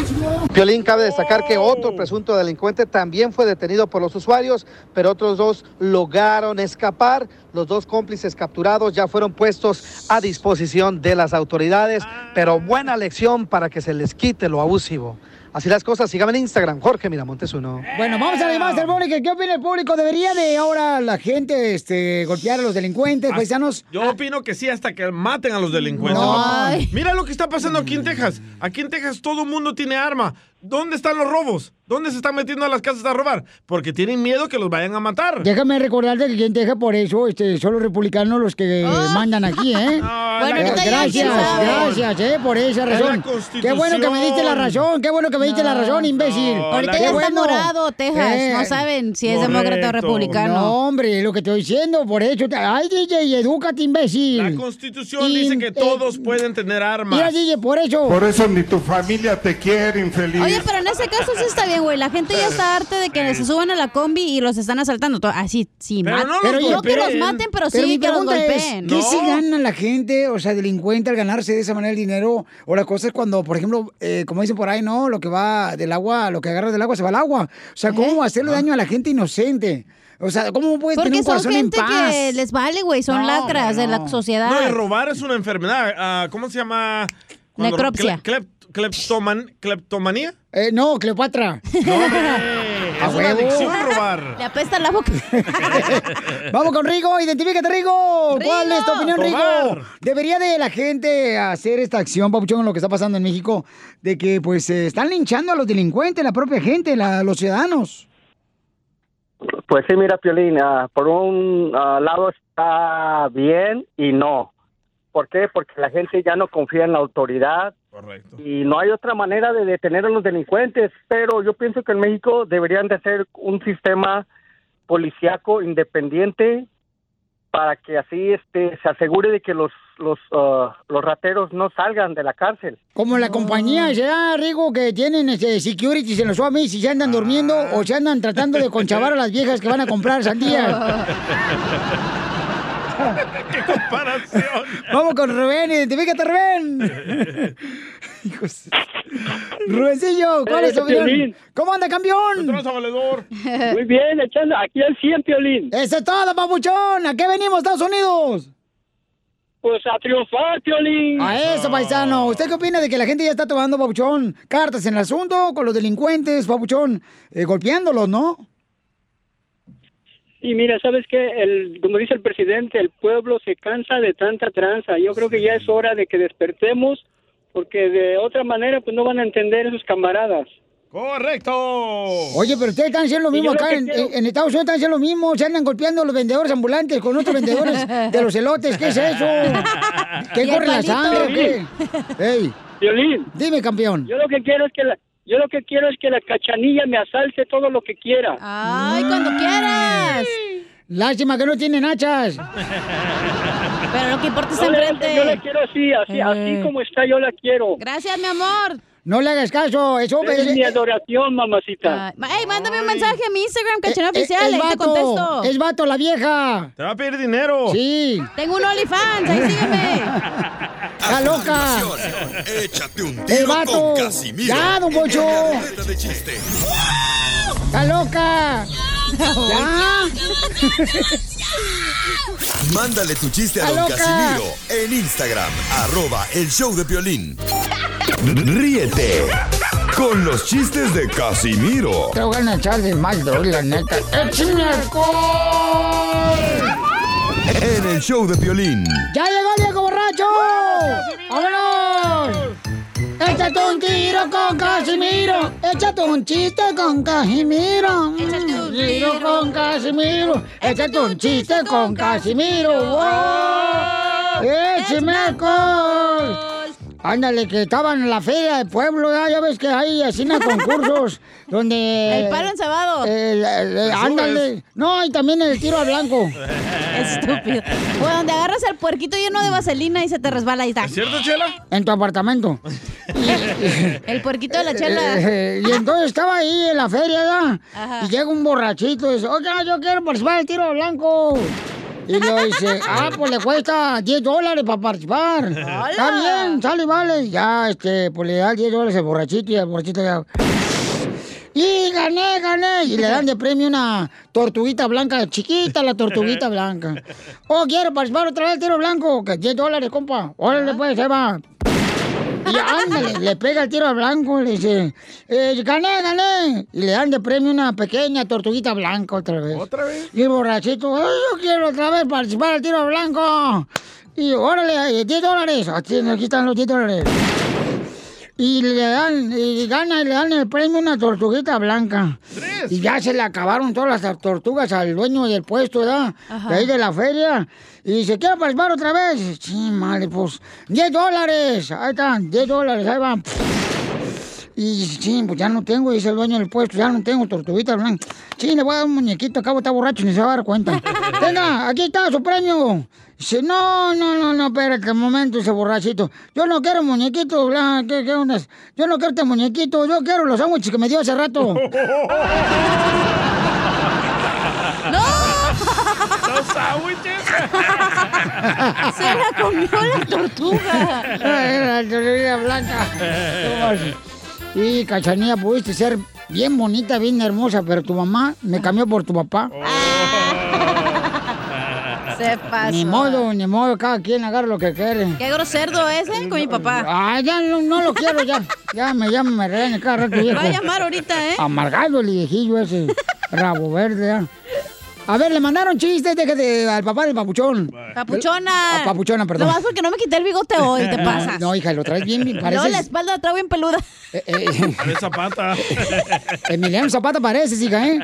Piolín, cabe destacar que otro presunto delincuente también fue detenido por los usuarios, pero otros dos lograron escapar. Los dos cómplices capturados ya fueron puestos a disposición de las autoridades, pero buena lección para que se les quite lo abusivo. Así las cosas, síganme en Instagram, Jorge Miramontes uno.
Bueno, vamos a la llamada telefónica. ¿Qué opina el público? ¿Debería de ahora la gente este, golpear a los delincuentes, paisanos?
Yo opino que sí, hasta que maten a los delincuentes.
No.
papá.
Ay.
Mira lo que está pasando aquí en Texas. Aquí en Texas todo el mundo tiene arma. ¿Dónde están los robos? ¿Dónde se están metiendo a las casas a robar? Porque tienen miedo que los vayan a matar.
Déjame recordarte que quien te deja por eso este, son los republicanos los que
Oh.
mandan aquí, ¿eh?
Bueno, ahorita ya,
gracias,
¿quién sabe?
gracias, ¿eh? Por esa
Es la
razón.
Constitución.
Qué bueno que me diste la razón, qué bueno que me diste la razón, imbécil.
Ahorita
Qué
ya está
bueno.
morado, Texas. No saben si es demócrata o republicano.
No, hombre, lo que estoy diciendo, por eso. te- Ay, DJ, edúcate, imbécil.
La Constitución dice que todos pueden tener armas.
Mira, DJ, por eso.
Por eso ni tu familia te quiere, infeliz.
Oye, pero en ese caso sí está bien, güey. La gente ya está harta de que se suban a la combi y los están asaltando. To- Así, sí,
Pero
mat-
no los
no que los
golpeen.
maten, pero sí
Pero mi
que los
pregunta es,
golpeen.
¿Qué se gana la gente, o sea, delincuente, al ganarse de esa manera el dinero? O la cosa es cuando, por ejemplo, eh, como dicen por ahí, no, lo que va del agua, lo que agarra del agua se va al agua. O sea,
¿Eh?
¿cómo hacerle daño a la gente inocente? O sea, ¿cómo puede
Porque
tener un
Ah. son
corazón
gente
en paz?
que les vale, güey. Son
No,
lacras de la
no.
sociedad.
No, y robar es una enfermedad. Ah, ¿Cómo se llama? Cuando-
Necropsia.
cle- clep- cleptoman- ¿Cleptomanía?
Eh, no, Cleopatra.
Es una adicción robar.
Le apesta la boca.
Vamos con Rigo, identifícate Rigo. ¿Cuál
Rigo.
es tu opinión,
Robar.
Rigo? ¿Debería de la gente hacer esta acción, Papuchón, en lo que está pasando en México, de que pues eh, están linchando a los delincuentes, la propia gente, la- los ciudadanos?
Pues sí, mira, Piolín, ah, por un ah, lado está bien y no.
¿Por qué? Porque la gente ya no confía en la autoridad.
Correcto.
Y no hay otra manera de detener a los delincuentes, pero yo pienso que en México deberían de hacer un sistema policíaco independiente para que así este se asegure de que los los ah, los rateros no salgan de la cárcel.
Como la compañía, ¿será, Rigo, que tienen este, securities en los suamis y se andan durmiendo o se andan tratando de conchavar a las viejas que van a comprar sandías?
¡Qué comparación!
Vamos con Rubén, identifícate, Rubén. Hijos. Rubencillo, ¿cuál es tu
Eh,
opinión?
Piolín.
¿Cómo anda, campeón?
Muy bien, echando aquí el 100, Piolín.
Eso es todo, papuchón. ¿A qué venimos, Estados Unidos?
Pues a triunfar, Piolín.
A eso, paisano. ¿Usted qué opina de que la gente ya está tomando, papuchón, cartas en el asunto con los delincuentes, papuchón, eh, golpeándolos, no?
Y mira, ¿sabes qué? El, como dice el presidente, el pueblo se cansa de tanta tranza. Yo creo que ya es hora de que despertemos, porque de otra manera pues no van a entender sus camaradas.
Correcto.
Oye, pero ustedes están haciendo lo
Y
mismo
yo lo
acá.
que
En,
quiero-
en Estados Unidos están haciendo lo mismo. Se andan golpeando a los vendedores ambulantes con otros vendedores de los elotes. ¿Qué es eso? ¿Qué
Y el
corre la
palito.
sangre? o ¿Qué? Ey,
Violín.
Dime, campeón.
Yo lo que quiero es que la, yo lo que quiero es que la cachanilla me asalte todo lo que quiera.
Ay, cuando quieras.
Lástima que no tienen hachas.
Pero lo que importa es
No,
enfrente. Eh.
Yo la quiero así, así, así como está, yo la quiero.
Gracias, mi amor.
No le hagas caso. Eso
Es mi adoración, mamacita.
Ay, ma- ey, mándame un mensaje a mi Instagram, cachena
Eh, eh,
oficial,
es
ahí te
vato,
contesto.
Es vato la vieja.
Te va a pedir dinero.
Sí.
Tengo un OnlyFans, ahí sígueme.
¡Está loca! Eh,
Échate un
¡El
tiro
vato!
con Casimiro.
¡Ya, don Poncho!
En la ruleta de chiste.
¡Está loca! ¡Ya!
Mándale tu chiste a
¡Está
don
loca!
Casimiro en Instagram, arroba el show de violín. Ríete con los chistes de Casimiro
Te voy a echar de mal, doy, la neta. ¡Eh, ¡Échame alcohol!
en el show de violín.
¡Ya llegó el viejo borracho! ¡Vámonos! Échate un tiro con Casimiro. Échate un chiste con Casimiro. Échate un tiro con Casimiro. Échate un chiste con Casimiro. ¡Oh! ¡Échame alcohol! Ándale, que estaban en la feria del pueblo, ya, ya ves que hay así na, concursos donde...
El palo
encebado. ándale. No, y también el tiro a blanco.
Estúpido. O donde agarras el puerquito lleno de vaselina y se te resbala y está.
¿Es cierto, Chela? En tu apartamento.
El puerquito de la chela.
Eh, y entonces estaba ahí en la feria, ¿verdad?
Ajá.
Y llega un borrachito y dice, oiga, yo quiero participar del tiro blanco. Y le dice, ah, pues le cuesta 10 dólares para participar. Está bien, sale y vale. Ya, este, pues le da 10 dólares al borrachito y al borrachito ya... Y gané, gané. Y le dan de premio una tortuguita blanca, chiquita la tortuguita blanca. Oh, quiero participar otra vez del tiro blanco, que 10 dólares, compa. Órale, pues, se va. Y ándale, le pega el tiro a blanco, le dice, eh, gané, gané. Y le dan de premio una pequeña tortuguita blanca otra vez. ¿Otra vez? Y el borrachito, "Ay, yo quiero otra vez participar al tiro a blanco. Y órale, eh, 10 dólares. Aquí aquí están los 10 dólares. Y le dan, y gana, y le dan el premio una tortuguita blanca. Y ya se le acabaron todas las tortugas al dueño del puesto, ¿verdad?
Ajá.
De ahí de la feria. Y dice, quiero participar otra vez. Sí, madre, pues, 10 dólares. Ahí están, 10 dólares, ahí van. Y dice, sí, pues ya no tengo, dice el dueño del puesto, ya no tengo tortuguita blanca. Sí, le voy a dar un muñequito, acabo está borracho, ni se va a dar cuenta. Venga, aquí está su premio. Dice, no, no, no, no, espérate un momento, ese borrachito. Yo no quiero muñequito, bla, ¿qué, qué onda? Yo no quiero este muñequito, yo quiero los sándwiches que me dio hace rato.
¡No! ¡Los sándwiches!
Se la comió la
Ay, la tortuga blanca. Y cachanilla, pudiste ser bien bonita, bien hermosa, pero tu mamá me cambió por tu papá.
Ah, Se pasó.
Ni modo, ni modo, cada quien agarra lo que quiere.
Qué grosero es, ¿eh? Con mi papá.
Ah, ya no, no lo quiero, ya. Ya me llama, me regaña cada rato. viejo.
Va a llamar ahorita, ¿eh?
Amargado el viejillo ese, rabo verde, ya. A ver, le mandaron chistes, déjate al papá del papuchón.
Papuchona.
Ah, papuchona, perdón.
Nomás porque no me quité el bigote hoy, te pasa.
No, hija, lo traes bien, bien,
No, la
pareces... Eh,
espalda la traigo bien peluda.
Parece Zapata.
Emiliano Zapata pareces, hija, ¿eh?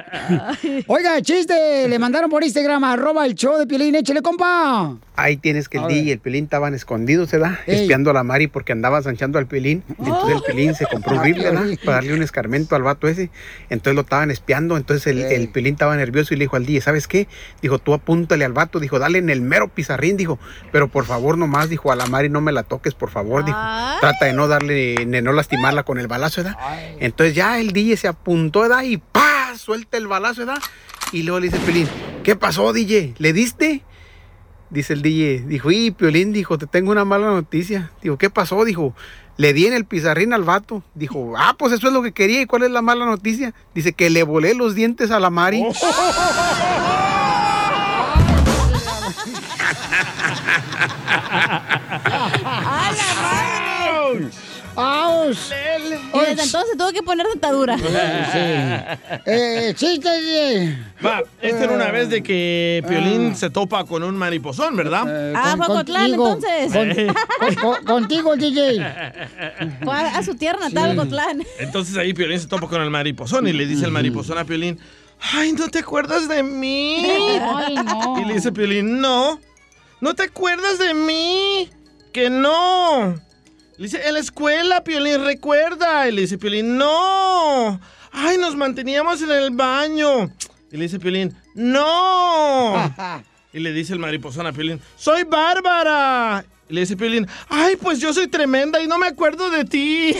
Oiga, chiste, le mandaron por Instagram, arroba el show de Piolín, échale, compa.
Ahí tienes que el DJ y el Pilín estaban escondidos, ¿verdad?
Ey.
Espiando a la Mari porque andaba zanchando al Pilín. Entonces el Pilín se compró un rifle, ¿verdad? Para darle un escarmento al vato ese. Entonces lo estaban espiando. Entonces el,
Ey.
el Pilín estaba nervioso y le dijo al DJ, ¿sabes qué? Dijo, tú apúntale al vato. Dijo, dale en el mero pizarrín. Dijo, pero por favor nomás, dijo, a la Mari no me la toques, por favor. Dijo, trata de no darle, de no lastimarla con el balazo, ¿verdad? Entonces ya el DJ se apuntó, ¿verdad? Y ¡pa! Suelta el balazo, ¿verdad? Y luego le dice el Pilín, ¿qué pasó, DJ? ¿Le diste? Dice el DJ, dijo, y Piolín, dijo, te tengo una mala noticia. Dijo, ¿qué pasó? Dijo, le di en el pizarrín al vato. Dijo, ah, pues eso es lo que quería. ¿Y cuál es la mala noticia? Dice que le volé los dientes a la Mari.
Oh.
¡Aus!
Y desde entonces tuvo que poner dentadura.
Eh, chiste, DJ.
Va, esta era una vez de que Piolín se topa con un mariposón, ¿verdad?
Ah, fue a Cotlán, entonces.
Con- con- contigo, DJ.
Fue a, a su tierra natal, Cotlán.
Entonces ahí Piolín se topa con el mariposón y le dice el mariposón a Piolín, ¡Ay, no te acuerdas de mí!
Ay,
Y le dice Piolín, no, no te acuerdas de mí, que no. Le dice, en la escuela, Piolín, recuerda. Y le dice Piolín, no. Ay, nos manteníamos en el baño. Y le dice Piolín, no. Y le dice el mariposón a Piolín, soy Bárbara. Y le dice Piolín, ay, pues yo soy tremenda y no me acuerdo de ti.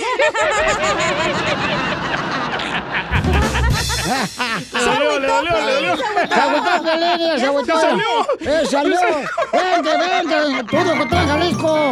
¡Salió, ¡Se agotó, Galenia! ¡Se agotó! ¡Eh, salió! ¡Vente, vente! ¡Todo Cotlán, Jalisco!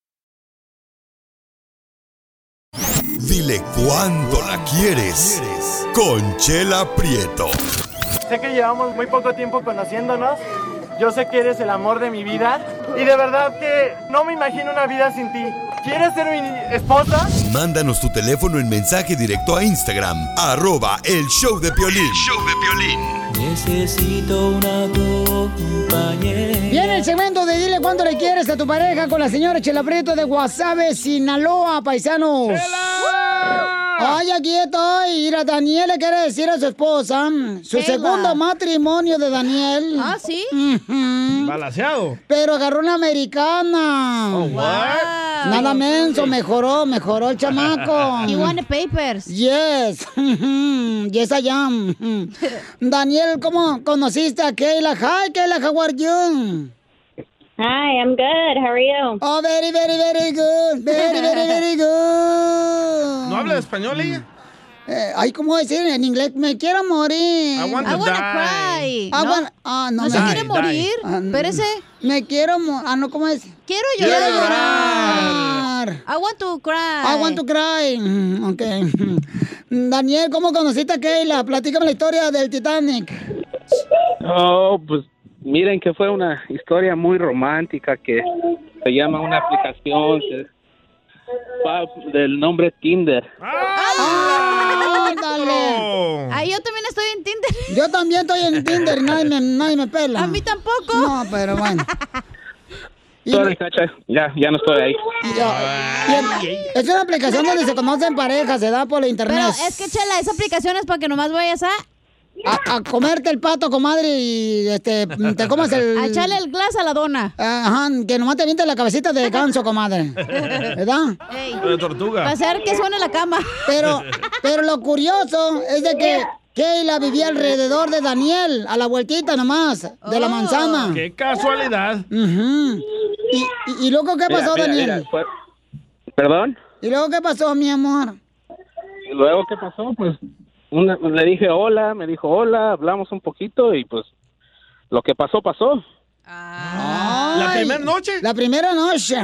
Dile cuánto la quieres. Conchela Prieto.
Sé que llevamos muy poco tiempo conociéndonos. Yo sé que eres el amor de mi vida. Y de verdad que no me imagino una vida sin ti. ¿Quieres ser mi esposa?
Mándanos tu teléfono en mensaje directo a Instagram, arroba el show de Piolín.
Necesito una compañera.
Viene el segmento de Dile cuánto le quieres a tu pareja con la señora Chela Prieto de Guasave, Sinaloa, paisanos. Ay, aquí estoy. Mira, Daniel le quiere decir a su esposa mm, su
Chela.
segundo matrimonio de Daniel. Ah,
sí.
Balaseado.
Pero agarró una americana.
Oh, what?
Nada menso, mejoró, mejoró el chamaco.
He won the papers.
Yes. yes, I am. Daniel, ¿cómo conociste a Kayla? Hi, Kayla, how are you? Hi, I'm good. How are you? Oh, very, very, very good. Very, very, very good.
¿No habla español ella?
Eh, ay, ¿cómo decir en inglés? Me quiero morir.
I want to I wanna
I
die. cry.
want- ah, no,
No se
me-
quiere Die, morir.
die.
Ah, no.
Espérese.
Me quiero morir. Ah, no, ¿cómo es?
Quiero llorar.
Quiero llorar.
I want to cry.
I want to cry. Mm, Ok. Daniel, ¿cómo conociste a Keila? Platícame la historia del Titanic.
Oh, pues miren que fue una historia muy romántica que se llama una aplicación que- pa- del nombre Tinder.
¡Ándale!
Ahí yo también estoy en Tinder.
Yo también estoy en Tinder, nadie me, nadie me pela. A mí tampoco. No, pero bueno.
Sorry, Cacha, ya, ya no estoy ahí.
Y el- es una aplicación donde se conocen parejas, se da por la
Pero
internet.
es que, Chela, esa aplicación es para que nomás vayas a...
A, a comerte el pato, comadre, y este, te comas el...
A echarle el glass a la dona.
Ajá, que nomás te avienta la cabecita de ganso, comadre. ¿Verdad?
De tortuga.
que suena la cama. Pero, pero lo curioso es de que Keila vivía alrededor de Daniel, a la vueltita nomás, de
Oh.
la manzana.
Oh. Qué casualidad.
Ujú. y, y- y luego qué
Mira,
pasó,
mira,
Daniel?
mira, fue- Perdón.
¿Y luego qué pasó, mi amor?
Y luego, ¿qué pasó? Pues una- le dije hola, me dijo hola, hablamos un poquito y pues lo que pasó, pasó.
¿La primera noche? La primera noche.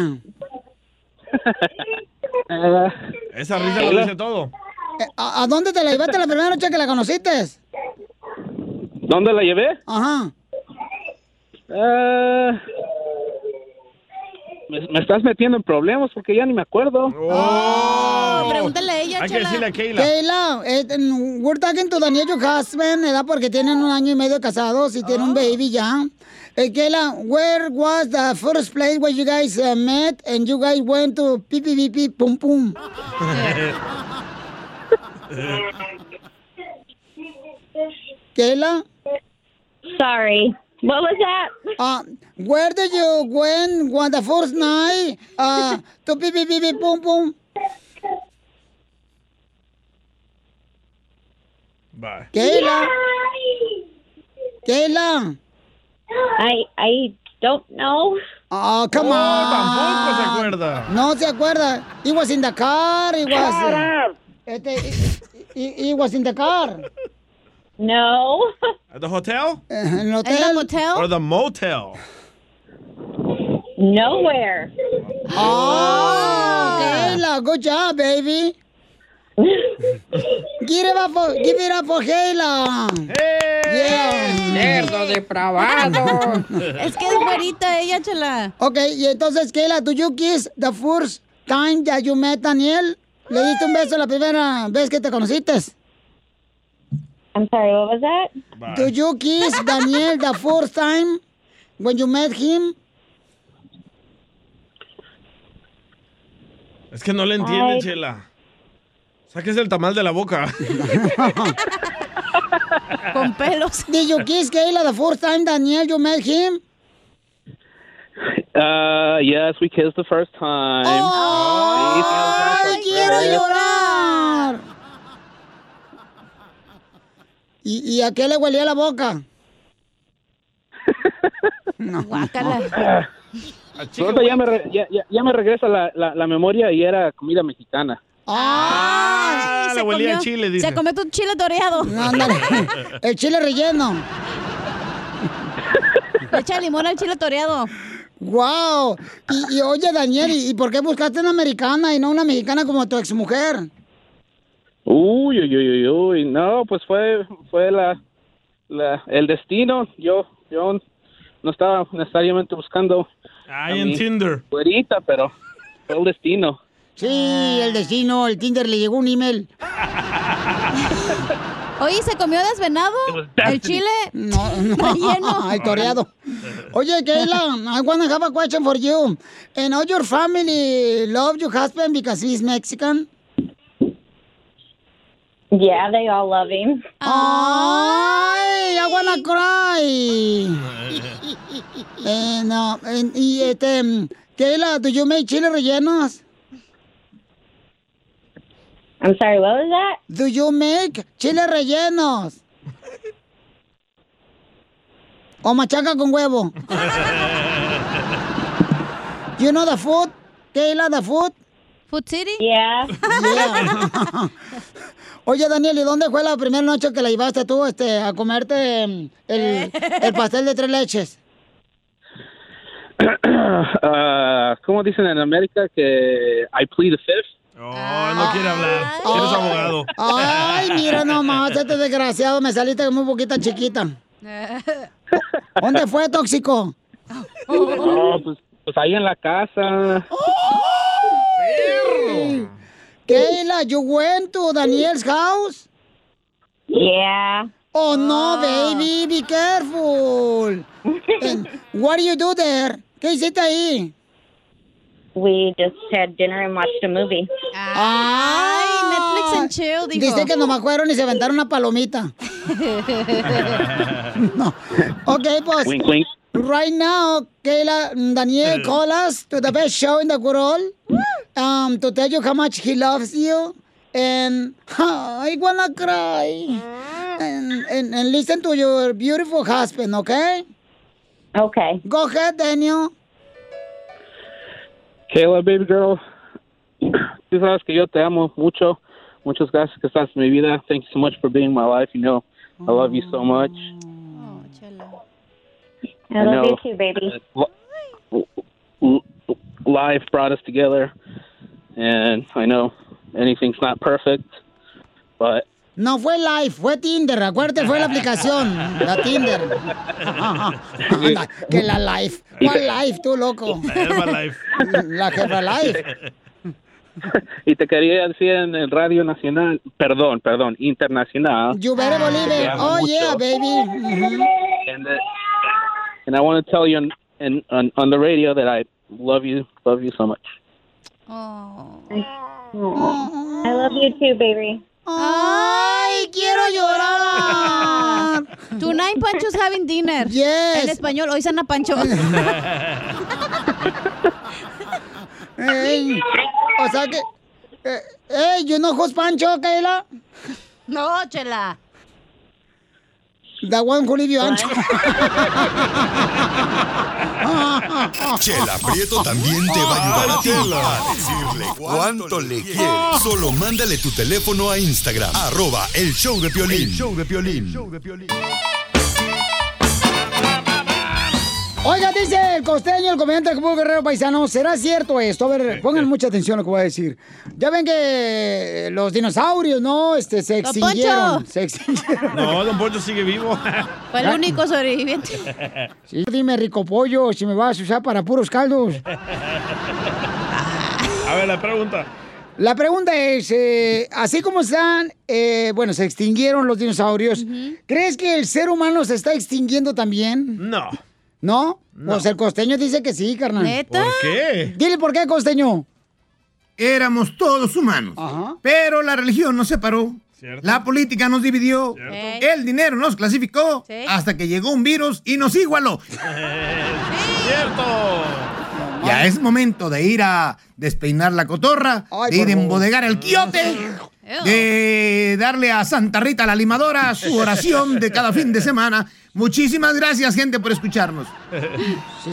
Eh,
Esa risa lo
Hola.
dice todo.
Eh, ¿A, a dónde te la llevaste la primera noche que la conociste?
¿Dónde la llevé?
Ajá.
Ah, me, me estás metiendo en problemas porque ya ni me acuerdo.
Oh, pregúntale a ella,
Oh, Hay que Chela. decirle a Keila.
Keila, eh, mm, we're talking to Daniel, your husband, ¿verdad? Porque tienen un año y medio casados y tienen un baby ya. Eh, Keila, where was the first place where you guys uh, met and you guys went to pi pi pi pi, pum pum? Keila? Sorry. What was that? Uh, where did you went on the first night uh, to pi pi pi pi, pum pum?
Bye.
Keila. Keila. I I don't know. Oh, come
Oh,
on.
tampoco se acuerda.
Ah. No se acuerda. He was in the car. He was.
Shut up.
Este, he, he- he was in the car. No.
At the hotel?
En el hotel.
Or the motel.
Nowhere. Oh, Kayla, good job, baby. give it up for, give it up for Kayla. Yeah.
Cerdo depravado.
es que es güerita ella, chela. Ok, y entonces, Kayla, ¿do you kiss the first time that you met Daniel? ¿Le diste un beso la primera vez que te conociste? I'm sorry, what was that? ¿Do you kiss Daniel the first time when you met him?
Es que no le entiende,
Ay.
Chela. Sáquese el tamal de la boca.
Con pelos. ¿Did you kiss Kayla the first time Daniel you met him?
Ah, yes, we kissed the first time.
Oh. ¡Ay, quiero llorar! ¿Y, y a qué le huelía la boca? No.
Ah, ahorita ya, me re- ya, ya- ya me regresa la, la- la memoria y era comida mexicana.
Ah,
Ah, la abuelita
comió-
de chile,
Se
dice.
comió tu chile toreado.
ándale. El chile relleno.
Le echa limón al chile toreado.
¡Wow! Y, y oye, Daniel, ¿y, y por qué buscaste una americana y no una mexicana como tu exmujer?
Uy, uy, uy, uy, uy. No, pues fue, fue la, la- el destino. Yo, yo no estaba necesariamente buscando.
Ahí
a
en
mi
Tinder.
güerita, pero fue el destino.
Sí, el destino, el Tinder le llegó un email.
Oye, ¿se comió desvenado? ¿El chile?
No, no.
Relleno.
Ay, toreado. Oye, Kayla, I want to have a question for you. And all your family love your husband because he's Mexican?
Yeah, they all love him.
Ay, I wanna cry. Eh, no, en- y este, mm, Kayla, do you make chile rellenos? I'm sorry, what was that? Do you make chile rellenos? ¿O machaca con huevo? You know the food? Kayla, the food? Food City? Yeah. Oye, Daniel, ¿y dónde fue la primera noche que la llevaste tú este, a comerte mm, el, el pastel de tres leches?
Ah, ¿Cómo dicen en América que I plead the fifth?
No, no quiere hablar. Eres abogado.
Ay, mira nomás, este desgraciado, me saliste como un poquita chiquita. ¿Dónde fue, tóxico?
No, pues, pues ahí en la casa.
Kayla, you went to Daniel's house? Yeah. Oh
Ah.
no, baby, be careful. And what do you do there? ¿Qué hiciste ahí?
We just had dinner and watched a movie.
Ay,
Netflix and chill, dijo.
Dice que nomás fueron y se aventaron una palomita. no. Ok, pues.
Wink, wink.
Right now, Kayla, mm, Daniel, call us to the best show in the world um, to tell you how much he loves you. And I wanna cry. and, and, and listen to your beautiful husband, okay?
Okay.
Go ahead, Daniel.
Kayla, baby girl, tú sabes que yo te amo mucho. Muchas gracias que estás en mi vida. Thank you so much for being in my life. You know, I love you so much.
I love you too, baby.
L- life brought us together, and I know anything's not perfect, but
No fue live, fue Tinder, acuérdate, fue la aplicación, la Tinder. Anda, que la live. ¿Cuál live, tú, loco?
La jefa live.
La jefa live.
y te quería decir en el radio nacional, perdón, perdón, internacional.
Yubere
Ah, Te
Bolívar.
amo
Oh,
mucho.
yeah, baby. Ujú.
And, that- and I want to tell you on, and on, on the radio that I love you, love you so much.
I love you too, baby.
¡Ay, quiero llorar! Tonight Pancho's having dinner.
Yes.
En español, hoy sana Pancho.
Ey, o sea que... Eh, hey, you know who's Pancho, Kayla?
No, chela.
The one who live you ancho.
Chela Prieto también te va a ayudar a ti a decirle cuánto le quieres. Solo mándale tu teléfono a Instagram, arroba el show de Piolín. show de
Oiga, dice el costeño, el comediante Jacobo Guerrero Paisano, ¿será cierto esto? A ver, pongan mucha atención a lo que voy a decir. Ya ven que eh, los dinosaurios, ¿no? Este, se
Don
extinguieron.
Poncho.
Se extinguieron.
No, Don Poncho sigue vivo.
Fue el único sobreviviente.
Sí, dime, rico pollo, si me vas a usar para puros caldos.
A ver, la pregunta.
La pregunta es, eh, así como están, eh, bueno, se extinguieron los dinosaurios, ¿crees que el ser humano se está extinguiendo también?
No.
¿No? Pues el costeño dice que sí, carnal.
¿Neta?
¿Por qué?
Dile por qué, costeño.
Éramos todos humanos. Pero la religión nos separó. La política nos dividió.
Cierto.
El dinero nos clasificó. Hasta que llegó un virus y nos igualó.
Oh.
¡Cierto!
Ya es momento de ir a despeinar la cotorra,
Ay,
de ir
por
a
favor.
embodegar el quiote, de darle a Santa Rita la limadora su oración de cada fin de semana. Muchísimas gracias, gente, por escucharnos.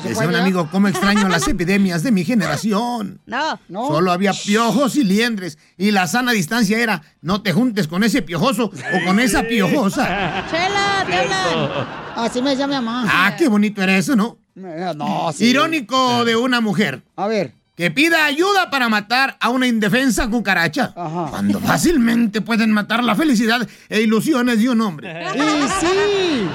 Dice un amigo, cómo extraño las epidemias de mi generación.
No,
no.
Solo había piojos y liendres. Y la sana distancia era, no te juntes con ese piojoso o con esa piojosa.
Chela, te hablan.
Así me llama mi mamá.
Ah, qué bonito era eso, ¿no?
Eh, No, sí.
Irónico de una mujer.
A ver.
Que pida ayuda para matar a una indefensa cucaracha. Cuando fácilmente pueden matar la felicidad e ilusiones de un hombre.
Y sí.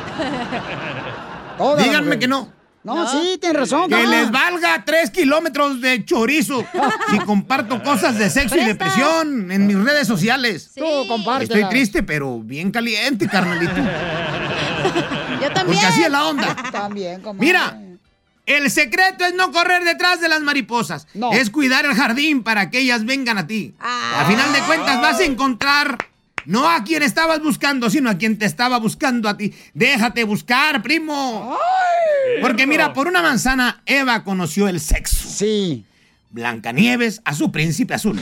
las
Díganme
mujeres.
que no.
No, sí, tienes razón.
Que
carnal.
les valga tres kilómetros de chorizo si comparto cosas de sexo y depresión en mis redes sociales.
Tú, compártela.
Estoy triste, pero bien caliente, carnalito.
Yo también.
Porque así es la onda.
También, comadre.
Mira, el secreto es no correr detrás de las mariposas. Es cuidar el jardín para que ellas vengan a ti. A final de cuentas vas a encontrar no a quien estabas buscando, sino a quien te estaba buscando a ti. Déjate buscar, primo. Porque mira, por una manzana Eva conoció el sexo.
Sí.
Blancanieves a su príncipe azul.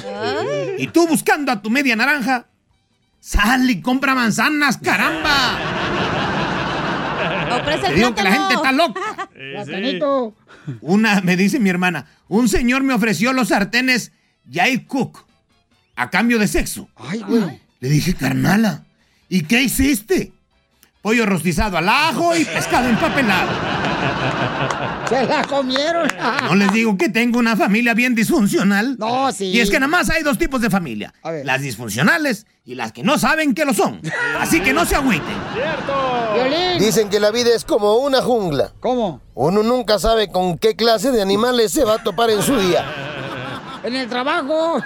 Y tú buscando a tu media naranja, sal y compra manzanas, caramba.
Ofrece
Te
el
digo que la
plátano.
gente está loca.
Platanito.
Una, me dice mi hermana, un señor me ofreció los sartenes Jade Cook a cambio de sexo.
Ay, güey.
Le dije, carnala, ¿y qué hiciste? Pollo rostizado al ajo y pescado empapelado.
Se la comieron.
No les digo que tengo una familia bien disfuncional.
No, sí.
Y es que nada más hay dos tipos de familia. Las disfuncionales y las que no saben que lo son. Así que no se agüiten.
Violín.
Dicen que la vida es como una jungla.
¿Cómo?
Uno nunca sabe con qué clase de animales se va a topar en su día.
En el trabajo.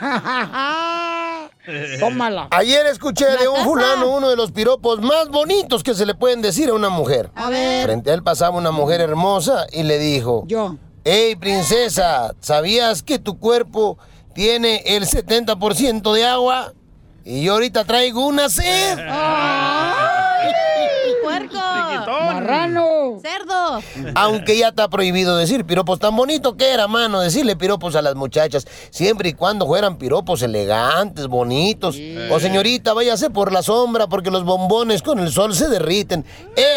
Tómala.
Ayer escuché de un fulano uno de los piropos más bonitos que se le pueden decir a una mujer.
A ver.
Frente a él pasaba una mujer hermosa y le dijo:
Yo.
Hey, princesa, ¿sabías que tu cuerpo tiene el 70% de agua? Y yo ahorita traigo una sed.
Ah.
¡Ay! ¡Puerco!
Marrano.
¡Cerdo! piropo.
Aunque ya está prohibido decir piropos. Tan bonito que era, mano, decirle piropos a las muchachas. Siempre y cuando fueran piropos elegantes, bonitos. O señorita, váyase por la sombra porque los bombones con el sol se derriten.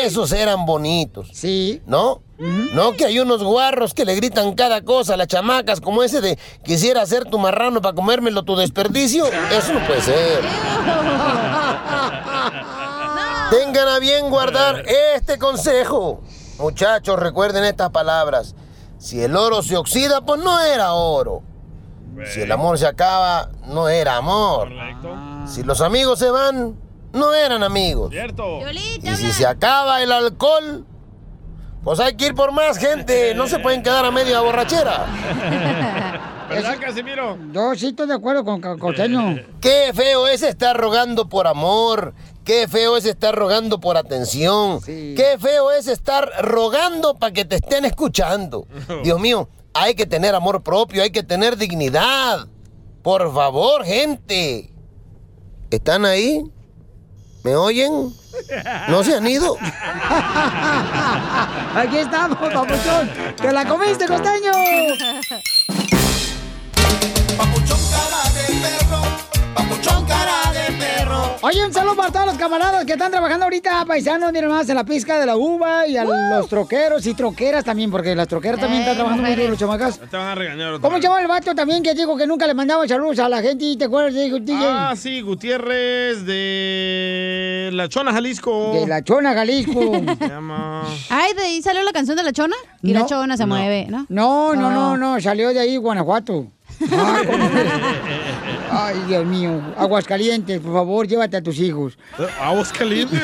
Esos eran bonitos.
Sí.
¿No? No, que hay unos guarros que le gritan cada cosa a las chamacas, como ese de quisiera hacer tu marrano para comérmelo tu desperdicio. Eso no puede ser. Tengan a bien guardar este consejo. Muchachos, recuerden estas palabras. Si el oro se oxida, pues no era oro. Si el amor se acaba, no era amor. Si los amigos se van, no eran amigos.
Cierto.
Y si se acaba el alcohol, pues hay que ir por más gente. No se pueden quedar a media borrachera.
¿Verdad, Casimiro?
Yo sí estoy de acuerdo con Ca- Costeño.
Qué feo es estar rogando por amor. Qué feo es estar rogando por atención. Qué feo es estar rogando para que te estén escuchando. Dios mío, hay que tener amor propio, hay que tener dignidad. Por favor, gente. ¿Están ahí? ¿Me oyen? ¿No se han ido?
Aquí estamos, papuchón. ¡Te la comiste, Costeño! Oye, un saludo para todos los camaradas que están trabajando ahorita, paisanos, miren más, en la pizca de la uva y a los troqueros y troqueras también, porque las troqueras también
Eh,
están trabajando muy bien los chamacas.
Te van a regañar otra
¿Cómo
vez.
se llama el vato también que dijo que nunca le mandaba saludos a la gente y te acuerdas? Dijo, DJ.
Ah, sí, Gutiérrez de La Chona, Jalisco.
De La Chona, Jalisco.
Se llama...
Ay, de ahí salió la canción de la chona. Y la
No.
chona se mueve, ¿no?
No, no, no,
Ah.
no, salió de ahí Guanajuato. Ah, ¿cómo que?
eh,
Ay, Dios mío. Aguascalientes, por favor, llévate a tus hijos.
¿A eh, Oscar Lindes?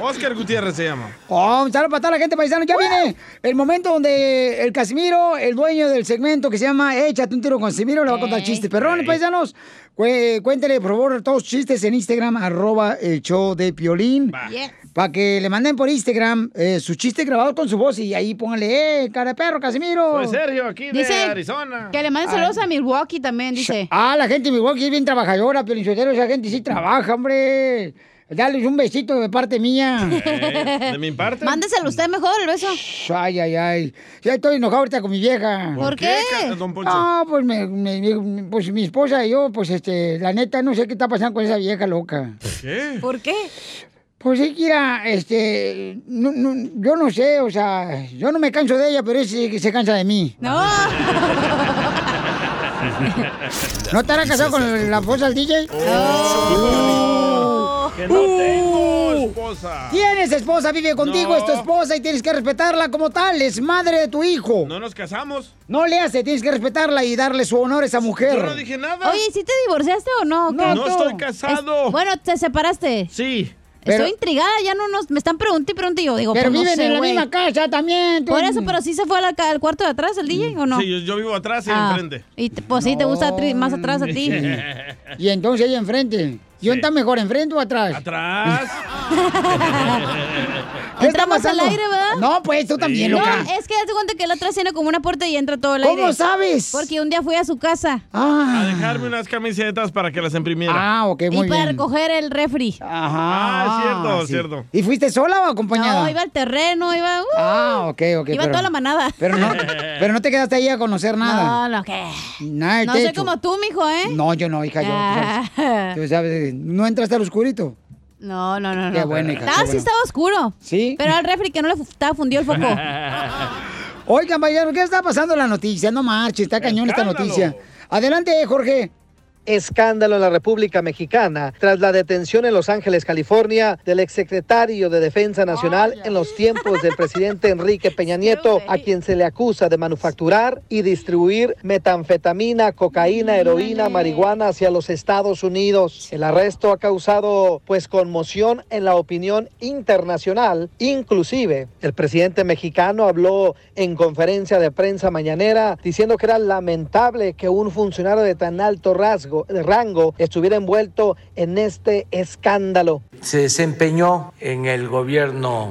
Oscar Gutiérrez se llama.
Oh, un saludo para toda la gente paisano. Ya viene el momento donde el Casimiro, el dueño del segmento que se llama Échate un tiro con Casimiro, le va a contar chistes perrones, paisanos. Cué- Cuéntele, por favor, todos sus chistes en Instagram, arroba el show de Piolín.
Yes.
Para que le manden por Instagram eh, sus chistes grabados con su voz y ahí pónganle, eh, cara de perro, Casimiro.
Soy Sergio, aquí de
Dice
Arizona.
que le manden saludos a Milwaukee también, dice.
Ah, la gente de Milwaukee es bien trabajadora, pero esa gente sí trabaja, hombre. Dale un besito de parte mía.
Eh, ¿De mi parte?
Mándeselo usted mejor, el beso. Ay, ay, ay. Ya estoy enojado ahorita con mi vieja.
¿Por ¿Por qué, qué? ca- don Poncho?
No, pues, me- me- me- pues mi esposa y yo, pues este, la neta, no sé qué está pasando con esa vieja loca.
¿Qué?
¿Por qué?
Pues sí, Kira, este, no- no- yo no sé, o sea, yo no me canso de ella, pero ella sí que se cansa de mí.
No.
¿No estará casado con la esposa del DJ?
Oh. Que no tengo esposa.
Tienes esposa, vive contigo,
No.
es tu esposa y tienes que respetarla como tal, es madre de tu hijo.
No nos casamos.
No le hace, tienes que respetarla y darle su honor a esa mujer.
Yo no dije nada.
Oye, ¿sí te divorciaste o no?
No, No estoy casado.
Es- bueno, ¿te separaste?
Sí.
Pero-
estoy intrigada, ya no nos... Me están preguntando y preguntando y yo digo,
Pero
pues, no
viven
sé,
en la
güey.
misma casa también. tú-
Por eso, pero sí se fue a la ca- al cuarto de atrás el DJ, ¿o no?
Sí, yo, yo vivo atrás y
Ah,
enfrente.
Y te- pues sí, te gusta atri- más atrás a ti.
Y entonces ella enfrente. ¿Y dónde está mejor, enfrente o atrás?
Atrás.
¿Qué está
Entramos al
pasando?
aire, ¿verdad?
No, pues tú también,
no,
loca.
es que hazte cuenta que él atrás tiene como una puerta y entra todo el
¿Cómo
aire.
sabes?
Porque un día fui a su casa.
A dejarme unas camisetas para que las imprimiera.
Ah, ok, muy
y para
bien.
recoger el refri.
Ah, es cierto,
sí.
cierto.
¿Y fuiste sola o acompañada?
No, iba al terreno, iba... uh,
Ah, ok, ok.
Iba
pero-
toda la manada.
Pero no, pero no te quedaste ahí a conocer
No,
nada.
no, ¿qué?
Nada de
No soy
techo.
como tú, mijo, ¿eh?
No, yo no, hija, yo. tú
Ah.
sabes- Tú sabes, no entraste al oscurito.
No, no, no.
Qué
no.
bueno, hija,
Estaba-
qué
sí
bueno.
estaba oscuro.
Sí.
Pero al refri que no le fu- estaba fundido el foco.
Oigan, compañero, ¿qué está pasando en la noticia? No marches, está cañón esta noticia. Adelante, Jorge.
Escándalo en la República Mexicana tras la detención en Los Ángeles, California, del exsecretario de Defensa Nacional en los tiempos del presidente Enrique Peña Nieto, a quien se le acusa de manufacturar y distribuir metanfetamina, cocaína, heroína, marihuana hacia los Estados Unidos. El arresto ha causado pues conmoción en la opinión internacional, inclusive el presidente mexicano habló en conferencia de prensa mañanera diciendo que era lamentable que un funcionario de tan alto rasgo, de rango estuviera envuelto en este escándalo.
se desempeñó en el gobierno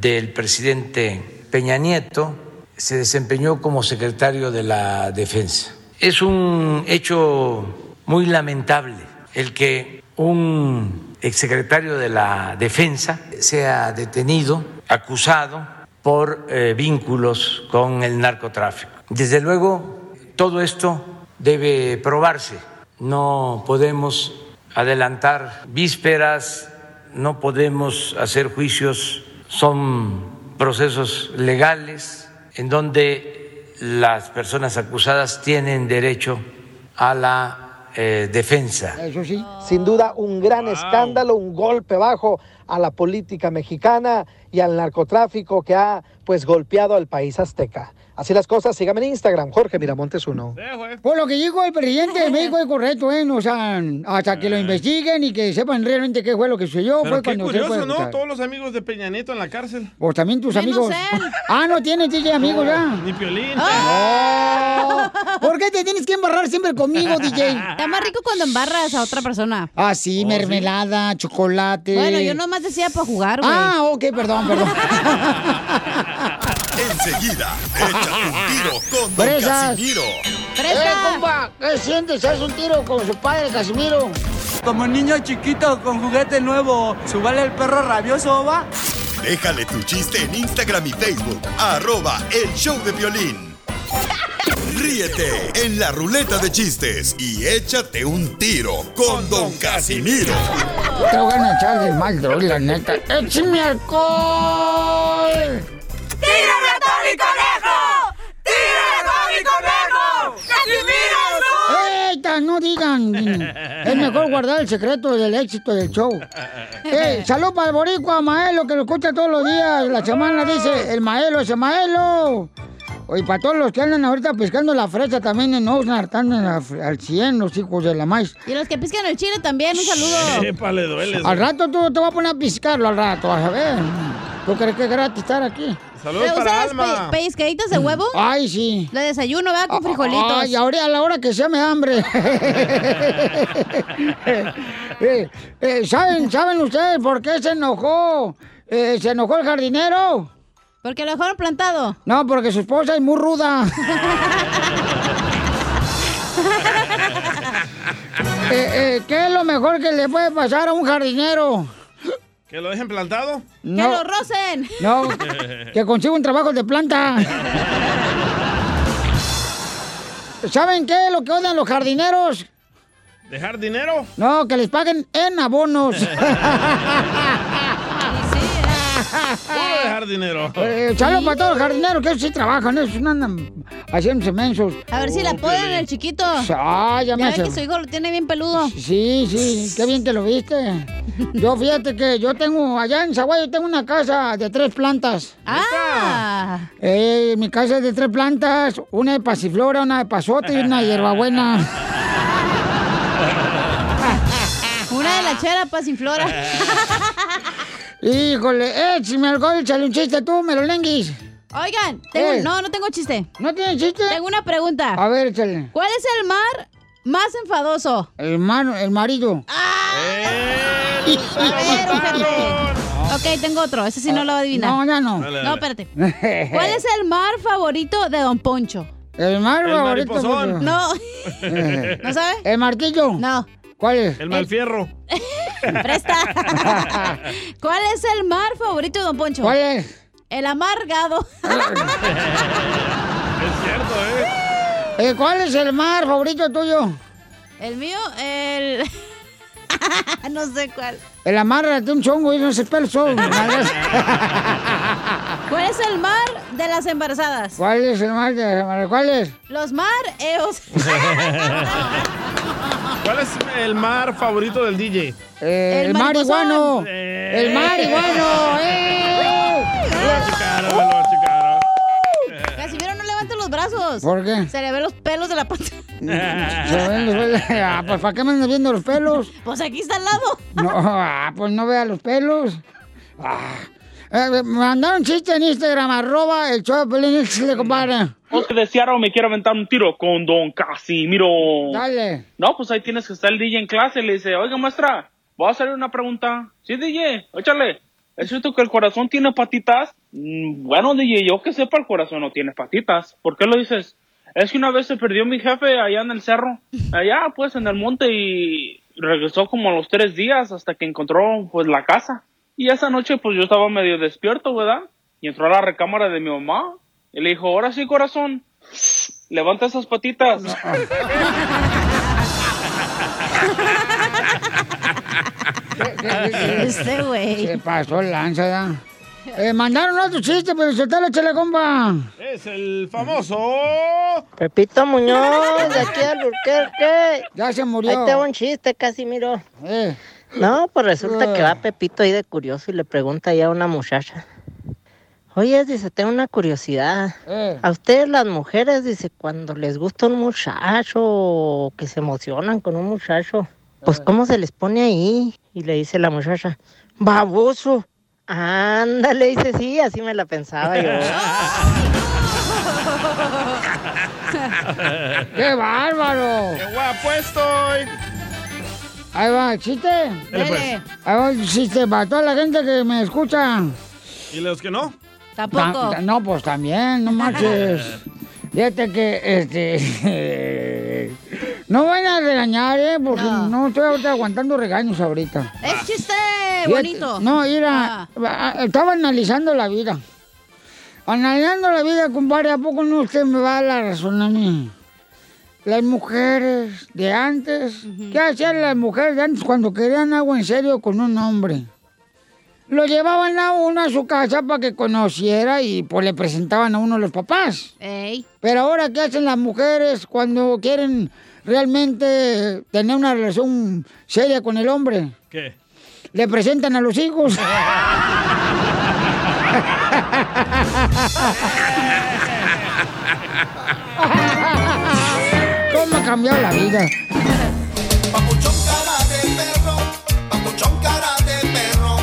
del presidente Peña Nieto, se desempeñó como secretario de la Defensa. Es un hecho muy lamentable el que un exsecretario de la Defensa sea detenido, acusado
por eh, vínculos con el narcotráfico. Desde luego, todo esto debe probarse. No podemos adelantar vísperas, no podemos hacer juicios, son procesos legales en donde las personas acusadas tienen derecho a la eh, defensa.
Sin duda, un gran escándalo, un golpe bajo a la política mexicana y al narcotráfico que ha pues golpeado al país azteca. Así las cosas, síganme en Instagram, Jorge Miramontes uno.
eh.
Por lo que dijo el presidente de México es correcto, ¿eh? O sea, hasta que lo investiguen y que sepan realmente qué fue lo que sucedió.
Eh. Pero
fue
qué
cuando se puede
curioso, ¿no?
acusar.
Todos los amigos de Peña Nieto en la cárcel.
O también tus
Menos
amigos.
él.
Ah, no tienes DJ amigos ya.
Ni Piolín.
Ah.
No. ¿Por qué te tienes que embarrar siempre conmigo, DJ?
Está más rico cuando embarras a otra persona.
Ah, sí,
Oh,
mermelada, chocolate.
Bueno, yo nomás decía para jugar, güey.
Ah, ok, perdón, perdón.
Enseguida, échate un tiro con Don
Presas.
Casimiro.
¡Eh, compa! ¿Qué sientes? ¿Haz un tiro con su padre, Casimiro?
Como niño chiquito con juguete nuevo, ¿subale el perro rabioso va?
Déjale tu chiste en Instagram y Facebook. Arroba el show de violín. Ríete en la ruleta de chistes y échate un tiro con Don Casimiro.
Te voy a echar de mal, droga, la neta. ¡Échame alcohol!
¡Tírame a Tony Conejo! ¡Tírame a Tony Conejo! ¡Casimiro!
¡Estas no digan! Es mejor guardar el secreto del éxito del show. Eh, salud para el boricua, Maelo, que lo escucha todos los días. La chamana dice, el Maelo es el Maelo. Y para todos los que andan ahorita pescando la fresa también en Osnar, están en la- al 100 los hijos de la maíz.
Y los que piscan el chile también, un saludo.
Epa, le duele.
Al rato tú te vas a poner a piscarlo al rato, vas a ver. ¿Tú crees que es gratis estar aquí?
¿Pero ustedes pe- pellizcaditas de huevo?
Mm. Ay, sí. Ah.
Lo desayuno, ¿verdad? Con frijolitos.
Ay, ahora a la hora que sea me da hambre. Eh, eh, ¿saben, ¿Saben ustedes por qué se enojó? eh, ¿Se enojó el jardinero?
¿Porque lo dejaron plantado?
No, porque su esposa es muy ruda. Eh, eh, ¿Qué es lo mejor que le puede pasar a un jardinero?
¿Que lo dejen plantado?
No. lo
rocen!
No, que consiga un trabajo de planta. ¿Saben qué es lo que odian los jardineros?
¿Dejar dinero?
No, que les paguen en abonos.
¿Cómo dejar dinero?
Eh, Saludos para todos los jardineros que ellos sí trabajan, ellos no andan haciéndose mensos.
A ver si
Oh,
la apoyan el chiquito.
Ah, ya me
ven
hace-
que su hijo lo tiene bien peludo.
Sí, sí, qué bien que lo viste. Yo fíjate que yo tengo, allá en Zaguayo tengo una casa de tres plantas.
¡Ah!
Eh, mi casa es de tres plantas, una de pasiflora, una de pasote y una de hierbabuena. Ah.
Una de la chera, pa' sin flora.
Híjole, eh, si me alcohol, échale un chiste tú, me lo lenguis.
Oigan, tengo-
Eh.
no, no tengo chiste.
¿No tiene chiste?
Tengo una pregunta.
A ver, échale.
¿Cuál es el mar más enfadoso?
El mar, el marido.
Ah, A ver, espérate. Ok, tengo otro. Ese sí no lo va a adivinar.
No, ya no.
No, espérate. ¿Cuál es el mar favorito de Don Poncho?
El mar
El
favorito.
mariposón.
Poncho.
No.
Eh.
¿No sabe?
¿El martillo?
No.
¿Cuál es?
El mal fierro.
¿Cuál es el mar favorito de Don Poncho?
¿Cuál es?
El amargado.
Es cierto, ¿eh?
Eh, ¿Cuál es el mar favorito tuyo?
El mío, el. no sé cuál.
El amarra de un chongo y no se espera el sol. madres.
¿Cuál es el mar de las embarazadas?
¿Cuál es el mar de amarra? ¿Cuál es?
Los mareos.
¿Cuál es el mar favorito del DJ?
Eh, el marihuano. El marihuano. ¡Eh!
Casimiro, no levante los brazos.
¿Por qué?
Se le ven los pelos de la pata.
Se ven los pelos. Ah, pues ¿para qué me andas viendo los pelos?
Pues aquí está al lado.
No, ah, pues no vea los pelos. Ah. Eh, me mandaron chiste en Instagram, arroba el show de Pelín, échale, compadre.
Porque decía Aro, me quiero aventar un tiro con Don Casimiro.
Dale.
No, pues ahí tienes que estar el DJ en clase. Le dice, oiga, maestra, voy a hacerle una pregunta. Sí, DJ, échale. ¿Es cierto que el corazón tiene patitas? "Mm, Bueno, DJ, yo que sepa, el corazón no tiene patitas. ¿Por qué lo dices? Es que una vez se perdió mi jefe allá en el cerro, allá pues en el monte y regresó como a los tres días hasta que encontró pues la casa. Y esa noche pues yo estaba medio despierto, ¿verdad? y entró a la recámara de mi mamá y le dijo, ahora sí, corazón, levanta esas patitas.
Este güey. Se pasó el lanza, ya. Eh, mandaron otro chiste, pero se te lo eché la compa.
Es el famoso.
Pepito Muñoz, de aquí al Burquerque.
Ya se murió.
Ahí te va un chiste, casi miro. No, pues resulta que va Pepito ahí de curioso y le pregunta ya a una muchacha. Oye, dice, tengo una curiosidad.
Eh.
A ustedes las mujeres, dice, cuando les gusta un muchacho o que se emocionan con un muchacho, pues ¿cómo se les pone ahí? Y le dice la muchacha, baboso. Ándale, dice, sí, así me la pensaba yo.
oh.
¡Qué bárbaro!
¡Qué guapo estoy!
Ahí va, el chiste.
Dale, pues.
Ahí va el chiste para toda la gente que me escucha.
¿Y los que no?
Ta- ta- no, pues también, no marches. Fíjate que, este... no van a regañar, ¿eh? Porque no, estoy ahorita aguantando regaños ahorita.
Es chiste
Fíjate-
bonito.
Ah.
Ah.
No, mira, a- estaba analizando la vida. Analizando la vida, compadre, ¿a poco no usted me va a dar la razón a mí? Las mujeres de antes, ¿qué hacían las mujeres de antes cuando querían algo en serio con un hombre? Lo llevaban a uno a su casa para que conociera y pues le presentaban a uno los papás. Pero ahora, ¿qué hacen las mujeres cuando quieren realmente tener una relación seria con el hombre?
¿Qué?
le presentan a los hijos. ¿Cómo ha cambiado la vida?
Papuchón cara de perro, papuchón cara de perro,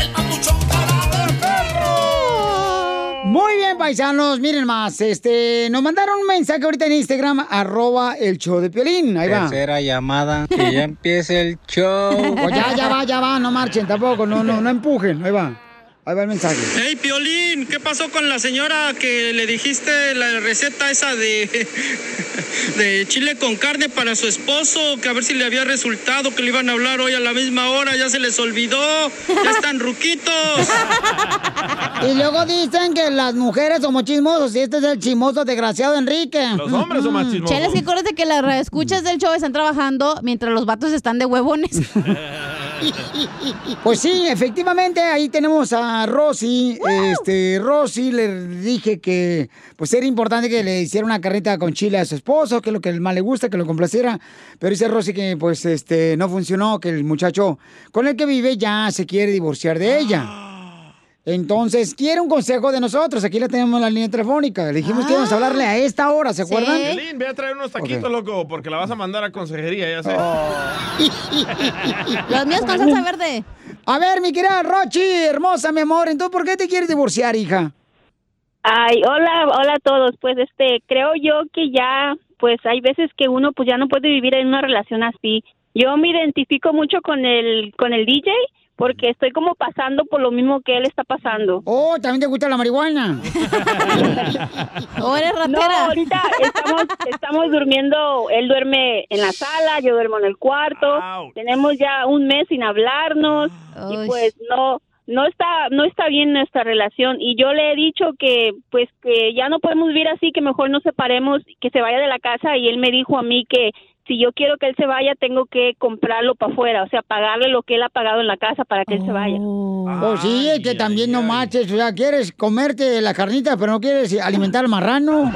el papuchón cara de perro.
Muy bien, paisanos, miren más. Este, nos mandaron un mensaje ahorita en Instagram, arroba el show de Piolín. Ahí va.
Tercera llamada, que ya empiece el show.
O Pues ya, ya va, ya va, no marchen tampoco, no, no, no empujen. Ahí va. Ahí va el mensaje.
Hey, Piolín, ¿qué pasó con la señora que le dijiste la receta esa de, de chile con carne para su esposo? Que a ver si le había resultado, que le iban a hablar hoy a la misma hora, ya se les olvidó, ya están ruquitos.
Y luego dicen que las mujeres somos chismosos y este es el chismoso desgraciado Enrique.
Los hombres son más chismosos.
Cheles, que acuérdate que las escuchas del show están trabajando mientras los vatos están de huevones.
Pues sí, efectivamente, ahí tenemos a Rosy. Este, Rosy le dije que pues era importante que le hiciera una carreta con chile a su esposo, que es lo que más le gusta, que lo complaciera. Pero dice Rosy que pues este no funcionó, que el muchacho con el que vive ya se quiere divorciar de ella. Entonces, quiere un consejo de nosotros. Aquí le tenemos en la línea telefónica. Le dijimos que íbamos a hablarle a esta hora, ¿se acuerdan?
Piolín, ve a traer unos taquitos, loco, porque la vas a mandar a consejería, ya sé.
Oh.
Los míos con salsa verde.
A ver, mi querida Rochi, hermosa, mi amor. Entonces, ¿por qué te quieres divorciar, hija?
Ay, hola, hola a todos. Pues este, creo yo que ya, pues hay veces que uno pues ya no puede vivir en una relación así. Yo me identifico mucho con el con el DJ porque estoy como pasando por lo mismo que él está pasando.
Oh, también te gusta la marihuana.
¿O eres
No, ahorita estamos, estamos durmiendo, él duerme en la sala, yo duermo en el cuarto. Tenemos ya un mes sin hablarnos y pues no no está no está bien nuestra relación y yo le he dicho que pues que ya no podemos vivir así, que mejor nos separemos, que se vaya de la casa y él me dijo a mí que si yo quiero que él se vaya, tengo que comprarlo para afuera, o sea, pagarle lo que él ha pagado en la casa para que él se vaya.
Pues sí, es que también no marches. O sea, quieres comerte la carnita, pero no quieres alimentar al marrano.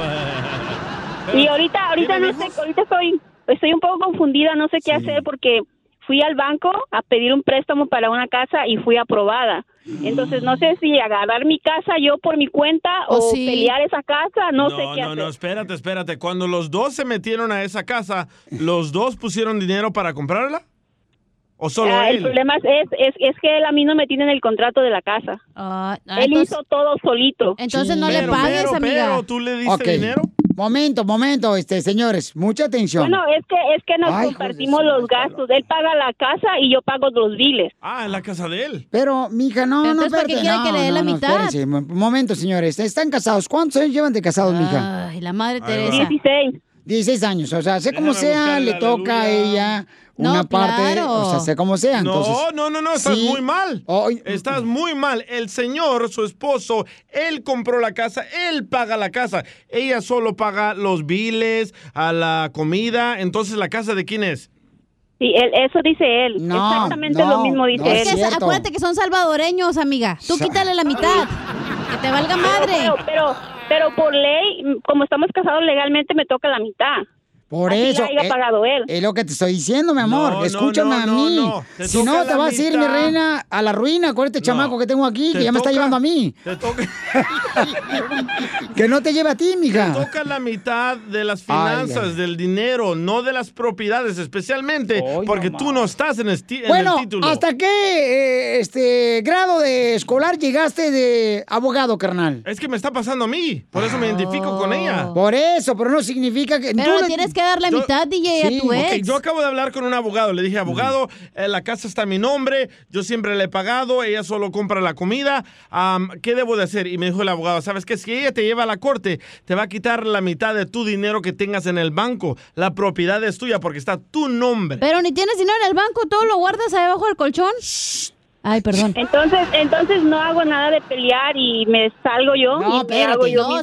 Y ahorita, ahorita no sé, ahorita estoy, estoy un poco confundida, no sé qué hacer porque fui al banco a pedir un préstamo para una casa y fui aprobada. Entonces no sé si agarrar mi casa yo por mi cuenta
Oh,
o
sí.
pelear esa casa, no, sé qué
no,
hacer.
no, espérate, espérate. Cuando los dos se metieron a esa casa, ¿los dos pusieron dinero para comprarla? ¿O solo
Ah, el
él?
problema es, es, es que él a mí no me tiene en el contrato de la casa. él
Ah, entonces-
hizo todo solito.
Entonces no le pagues, amiga.
Ok. Momento, momento, este, señores, mucha atención.
Bueno, es que, es que nos
Ay, hijo de
compartimos los gastos. Él paga la casa y yo pago los biles.
Ah, en la casa de él.
Pero, mija, no,
Entonces,
no,
¿para qué
espérate.
quiere
no,
que le dé
no,
la
no,
mitad?
espérense. Mo- Momento, señores, están casados. ¿Cuántos años llevan de casados, mija?
Ay, la madre
Ahí va.
Teresa.
16.
16 años, o sea, sé como
Déjame
sea,
buscar
le
la
toca a ella
No,
una parte,
claro.
o sea, sé como sea,
No,
entonces.
no, no, no, estás
sí.
muy mal. Estás muy mal. El señor, su esposo, él compró la casa, él paga la casa. Ella solo paga los biles, a la comida. Entonces, ¿la casa de quién es?
Sí, él, eso dice él. Exactamente lo mismo dice él.
Es que acuérdate que son salvadoreños, amiga. Tú quítale la mitad. Que te valga madre.
Pero, pero, pero por ley, como estamos casados legalmente, me toca la mitad.
Por
Así
eso.
La haya
eh,
pagado él.
Es lo que te estoy diciendo, mi amor.
No, no,
Escúchame
no,
a
no,
mí.
no. Te
Si no,
toca
te
la
vas a ir, mi
mitad.
reina, a la ruina con este chamaco que tengo aquí, que
Te
ya me está
toca-
llevando a mí.
Te toca,
Que no te lleve a ti, mija.
toca la mitad de las finanzas, del dinero, no de las propiedades, especialmente porque tú no estás en, esti- en
Bueno,
el título.
¿hasta qué eh, este grado de escolar llegaste de abogado, carnal?
Es que me está pasando a mí, por eso me identifico con ella.
Por eso, Ah. pero no significa que...
Pero le tienes que dar la mitad, DJ, a Sí. tu ex.
Ok, yo acabo de hablar con un abogado. Le dije,
Mm.
abogado, eh, la casa está a mi nombre, yo siempre le he pagado, ella solo compra la comida. am, ¿Qué debo de hacer? Y me dijo el abogado, ¿sabes qué? Si ella te lleva a la corte, te va a quitar la mitad de tu dinero que tengas en el banco. La propiedad es tuya porque está tu nombre.
Pero ni tienes dinero en el banco, todo lo guardas ahí abajo del colchón. Ay, perdón.
Entonces, entonces no hago nada de pelear y me salgo yo. y me hago yo misma.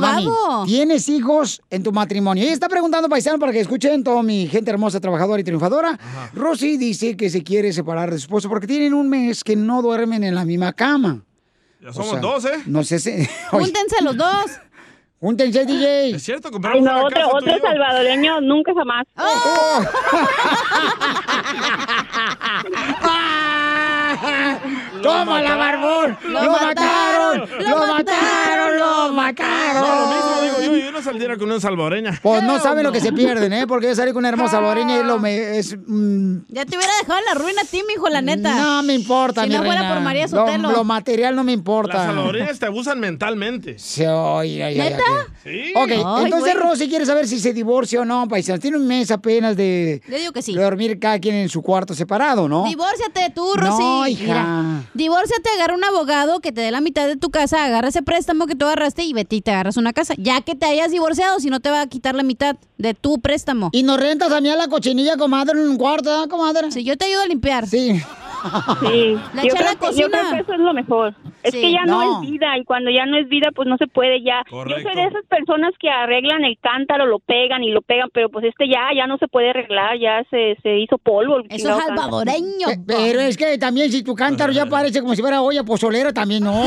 Mami, Tienes hijos en tu matrimonio. Ella está preguntando, paisano, para que escuchen toda mi gente hermosa, trabajadora y triunfadora. Rosy dice que se quiere separar de su esposo porque tienen un mes que no duermen en la misma cama.
Ya
O
somos
sea,
dos, ¿eh?
No sé si...
Júntense los dos.
Júntense, DJ.
Es cierto,
Ay, no, otro, otro salvadoreño nunca jamás.
Oh.
¡Toma la barbón! ¡Lo, mataron! ¡Lo mataron! ¡Lo mataron!
No, lo mismo digo yo, yo no saldría con una salvadoreña.
Pues no saben lo que se pierden, ¿eh? Porque yo salí con una hermosa salvadoreña y lo me, es... mm,
Ya te hubiera dejado en la ruina a ti, mijo, la neta.
No me importa,
Si
mi
no fuera
reina.
por María
Lo-
Sotelo.
Lo, material no me importa.
Las salvadoreñas te abusan mentalmente.
Sí, ay, ay, ay, ¿Neta?
Sí.
Ok, entonces Rosy quiere saber si se divorcia o no, paisanos. Tiene un mes apenas de,
Yo digo que sí.
de dormir cada quien en su cuarto separado, ¿no?
Divórciate tú,
No,
Rosy.
hija.
divórciate, agarra un abogado que te dé la mitad de tu casa, agarra ese préstamo que tú agarraste y vete y te agarras una casa. Ya que te hayas divorciado, si no te va a quitar la mitad de tu préstamo.
Y nos rentas a mí a la cochinilla, comadre, en un cuarto, ¿verdad, comadre?
Sí, yo te ayudo a limpiar.
Sí.
Sí.
La
yo,
chela
creo que, yo
cocina.
creo que eso es lo mejor. Es
Sí.
que ya no.
No.
es vida y cuando ya no es vida pues no se puede ya. Yo soy de esas personas que arreglan el cántaro, lo pegan y lo pegan, pero pues este ya ya no se puede arreglar, ya se, se hizo polvo. el chingado cántaro.
Pe- Pero es que también si tu cántaro ya parece como si fuera olla pozolera, también no.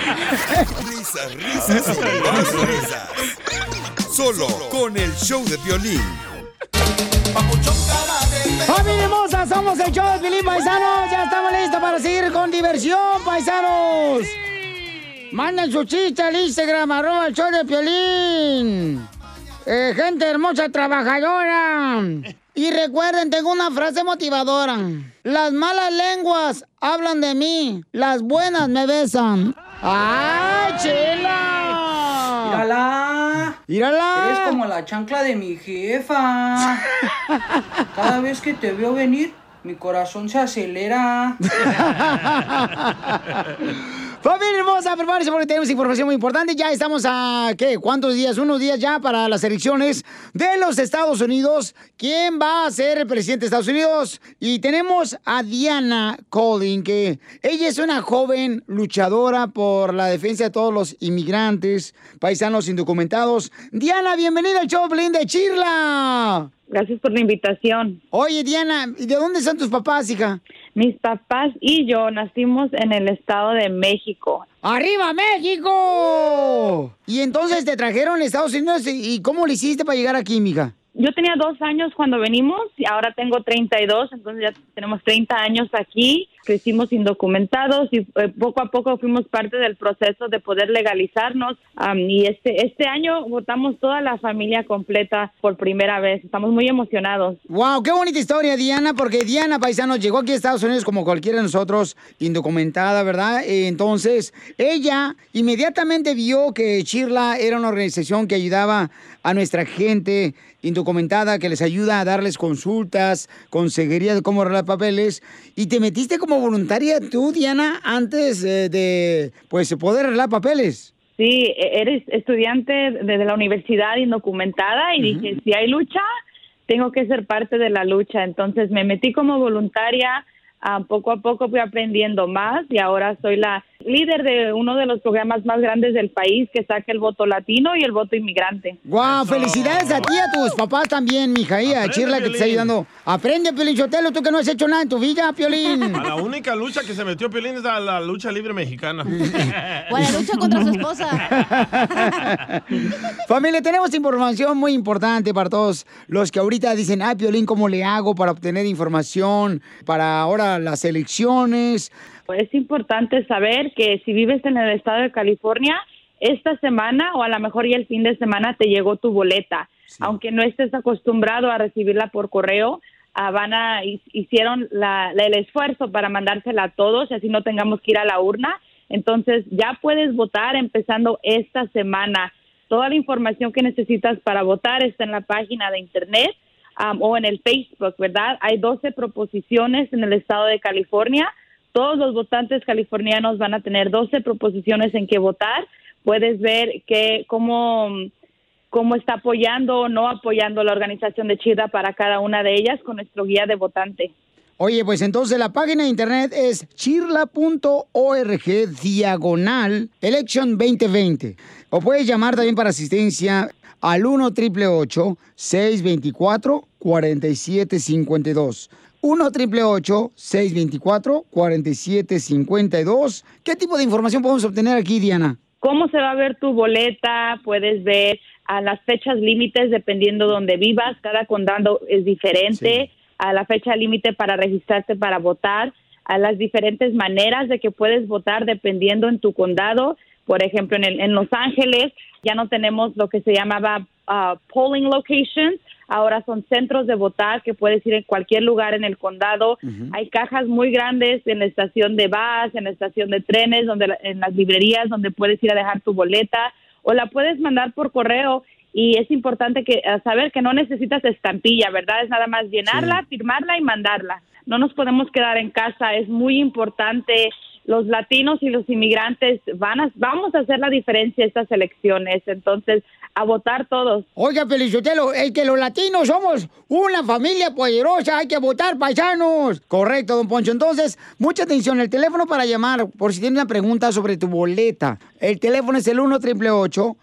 Risas, risas, y más risas. Solo con el show de violín.
¡Familia hermosa! Somos el show de Filipe Paisanos. Ya estamos listos para seguir con diversión, paisanos. Manden su chiste al Instagram, arroba el show de Piolín. Eh, gente hermosa, trabajadora. Y recuerden, tengo una frase motivadora. Las malas lenguas hablan de mí, las buenas me besan. ¡Ay, chela!
¡Mírala!
¡Mírala!
Eres como la chancla de mi jefa. Cada vez que te veo venir, mi corazón se acelera.
Familia hermosa, prepárense porque tenemos información muy importante. Ya estamos a, ¿qué? ¿Cuántos días? Unos días ya para las elecciones de los Estados Unidos. ¿Quién va a ser el presidente de Estados Unidos? Y tenemos a Diana Collin, que ella es una joven luchadora por la defensa de todos los inmigrantes, paisanos indocumentados. Diana, bienvenida al show Blin de Chirla.
Gracias por la invitación.
Oye, Diana, ¿y de dónde son tus papás, hija?
Mis papás y yo nacimos en el Estado de México.
¡Arriba México! Y entonces te trajeron a Estados Unidos y y ¿cómo le hiciste para llegar aquí, mija?
Yo tenía dos años cuando venimos y ahora tengo 32, entonces ya tenemos 30 años aquí. Crecimos indocumentados y eh, poco a poco fuimos parte del proceso de poder legalizarnos. Am, y este, este año votamos toda la familia completa por primera vez. Estamos muy emocionados.
Wow, qué bonita historia, Diana, porque Diana Paisano llegó aquí a Estados Unidos como cualquiera de nosotros, indocumentada, ¿verdad? Eh, Entonces, ella inmediatamente vio que Chirla era una organización que ayudaba a nuestra gente indocumentada, que les ayuda a darles consultas, consejería de cómo arreglar papeles. Y te metiste como voluntaria tú, Diana, antes eh, de pues poder arreglar papeles.
sí, e- eres estudiante desde la universidad indocumentada y
Ujú.
dije, si hay lucha, tengo que ser parte de la lucha. Entonces me metí como voluntaria, ah, poco a poco fui aprendiendo más y ahora soy la líder de uno de los programas más grandes del país que saca el voto latino y el voto inmigrante.
¡Guau! Felicidades a ti y a tus papás también, mija. Y a Chirla que te está ayudando. Aprende, Piolín Chotelo, tú que no has hecho nada en tu vida, Piolín.
A la única lucha que se metió Piolín es a la lucha libre mexicana.
O a la lucha contra su esposa.
Familia, tenemos información muy importante para todos los que ahorita dicen, ah, Piolín, ¿cómo le hago para obtener información para ahora las elecciones?
Pues es importante saber que si vives en el estado de California, esta semana o a lo mejor ya el fin de semana te llegó tu boleta. Aunque no estés acostumbrado a recibirla por correo, ah, van a, hi- hicieron la- la- el esfuerzo para mandársela a todos y así no tengamos que ir a la urna. Entonces ya puedes votar empezando esta semana. Toda la información que necesitas para votar está en la página de internet um, o en el Facebook, ¿verdad? Hay 12 proposiciones en el estado de California. Todos los votantes californianos van a tener 12 proposiciones en que votar. Puedes ver que cómo, cómo está apoyando o no apoyando la organización de Chida para cada una de ellas con nuestro guía de votante.
Oye, pues entonces la página de internet es chirla.org diagonal election 2020. O puedes llamar también para asistencia al 1 triple 624 4752. 1 triple 624 4752. ¿Qué tipo de información podemos obtener aquí, Diana?
cómo se va a ver tu boleta, puedes ver a las fechas límites dependiendo donde vivas, cada condado es diferente, a la fecha límite para registrarte para votar, a las diferentes maneras de que puedes votar dependiendo en tu condado, por ejemplo en, el- en Los Ángeles ya no tenemos lo que se llamaba ah, polling locations, ahora son centros de votar que puedes ir en cualquier lugar en el condado,
Ujú.
hay cajas muy grandes en la estación de bus, en la estación de trenes, donde la- en las librerías donde puedes ir a dejar tu boleta o la puedes mandar por correo y es importante que a saber que no necesitas estampilla, ¿verdad? Es nada más llenarla, firmarla y mandarla. No nos podemos quedar en casa, es muy importante. Los latinos y los inmigrantes van a, vamos a hacer la diferencia estas elecciones, entonces a votar todos.
Oiga, Feliciotelo, es que los latinos somos una familia poderosa, hay que votar paisanos. Correcto, don Poncho. Entonces, mucha atención, el teléfono para llamar, por si tiene una pregunta sobre tu boleta. El teléfono es el 1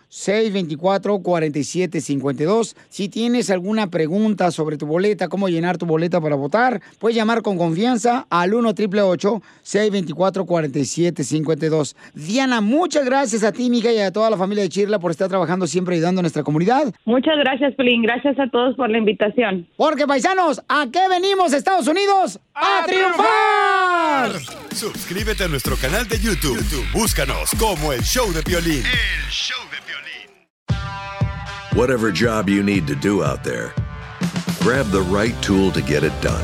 624 4752 Si tienes alguna pregunta sobre tu boleta, cómo llenar tu boleta para votar, puedes llamar con confianza al 1 624 4752 Diana, muchas gracias a ti, mija, y a toda la familia de Chirla por estar trabajando siempre ayudando a nuestra comunidad.
Muchas gracias, Pelín. Gracias a todos por la invitación.
Porque, paisanos, ¿a qué venimos, Estados Unidos? ¡A, triunfar!
Suscríbete a nuestro canal de YouTube. YouTube, Búscanos como el show de violín.
Whatever job you need to do out there, grab the right tool to get it done.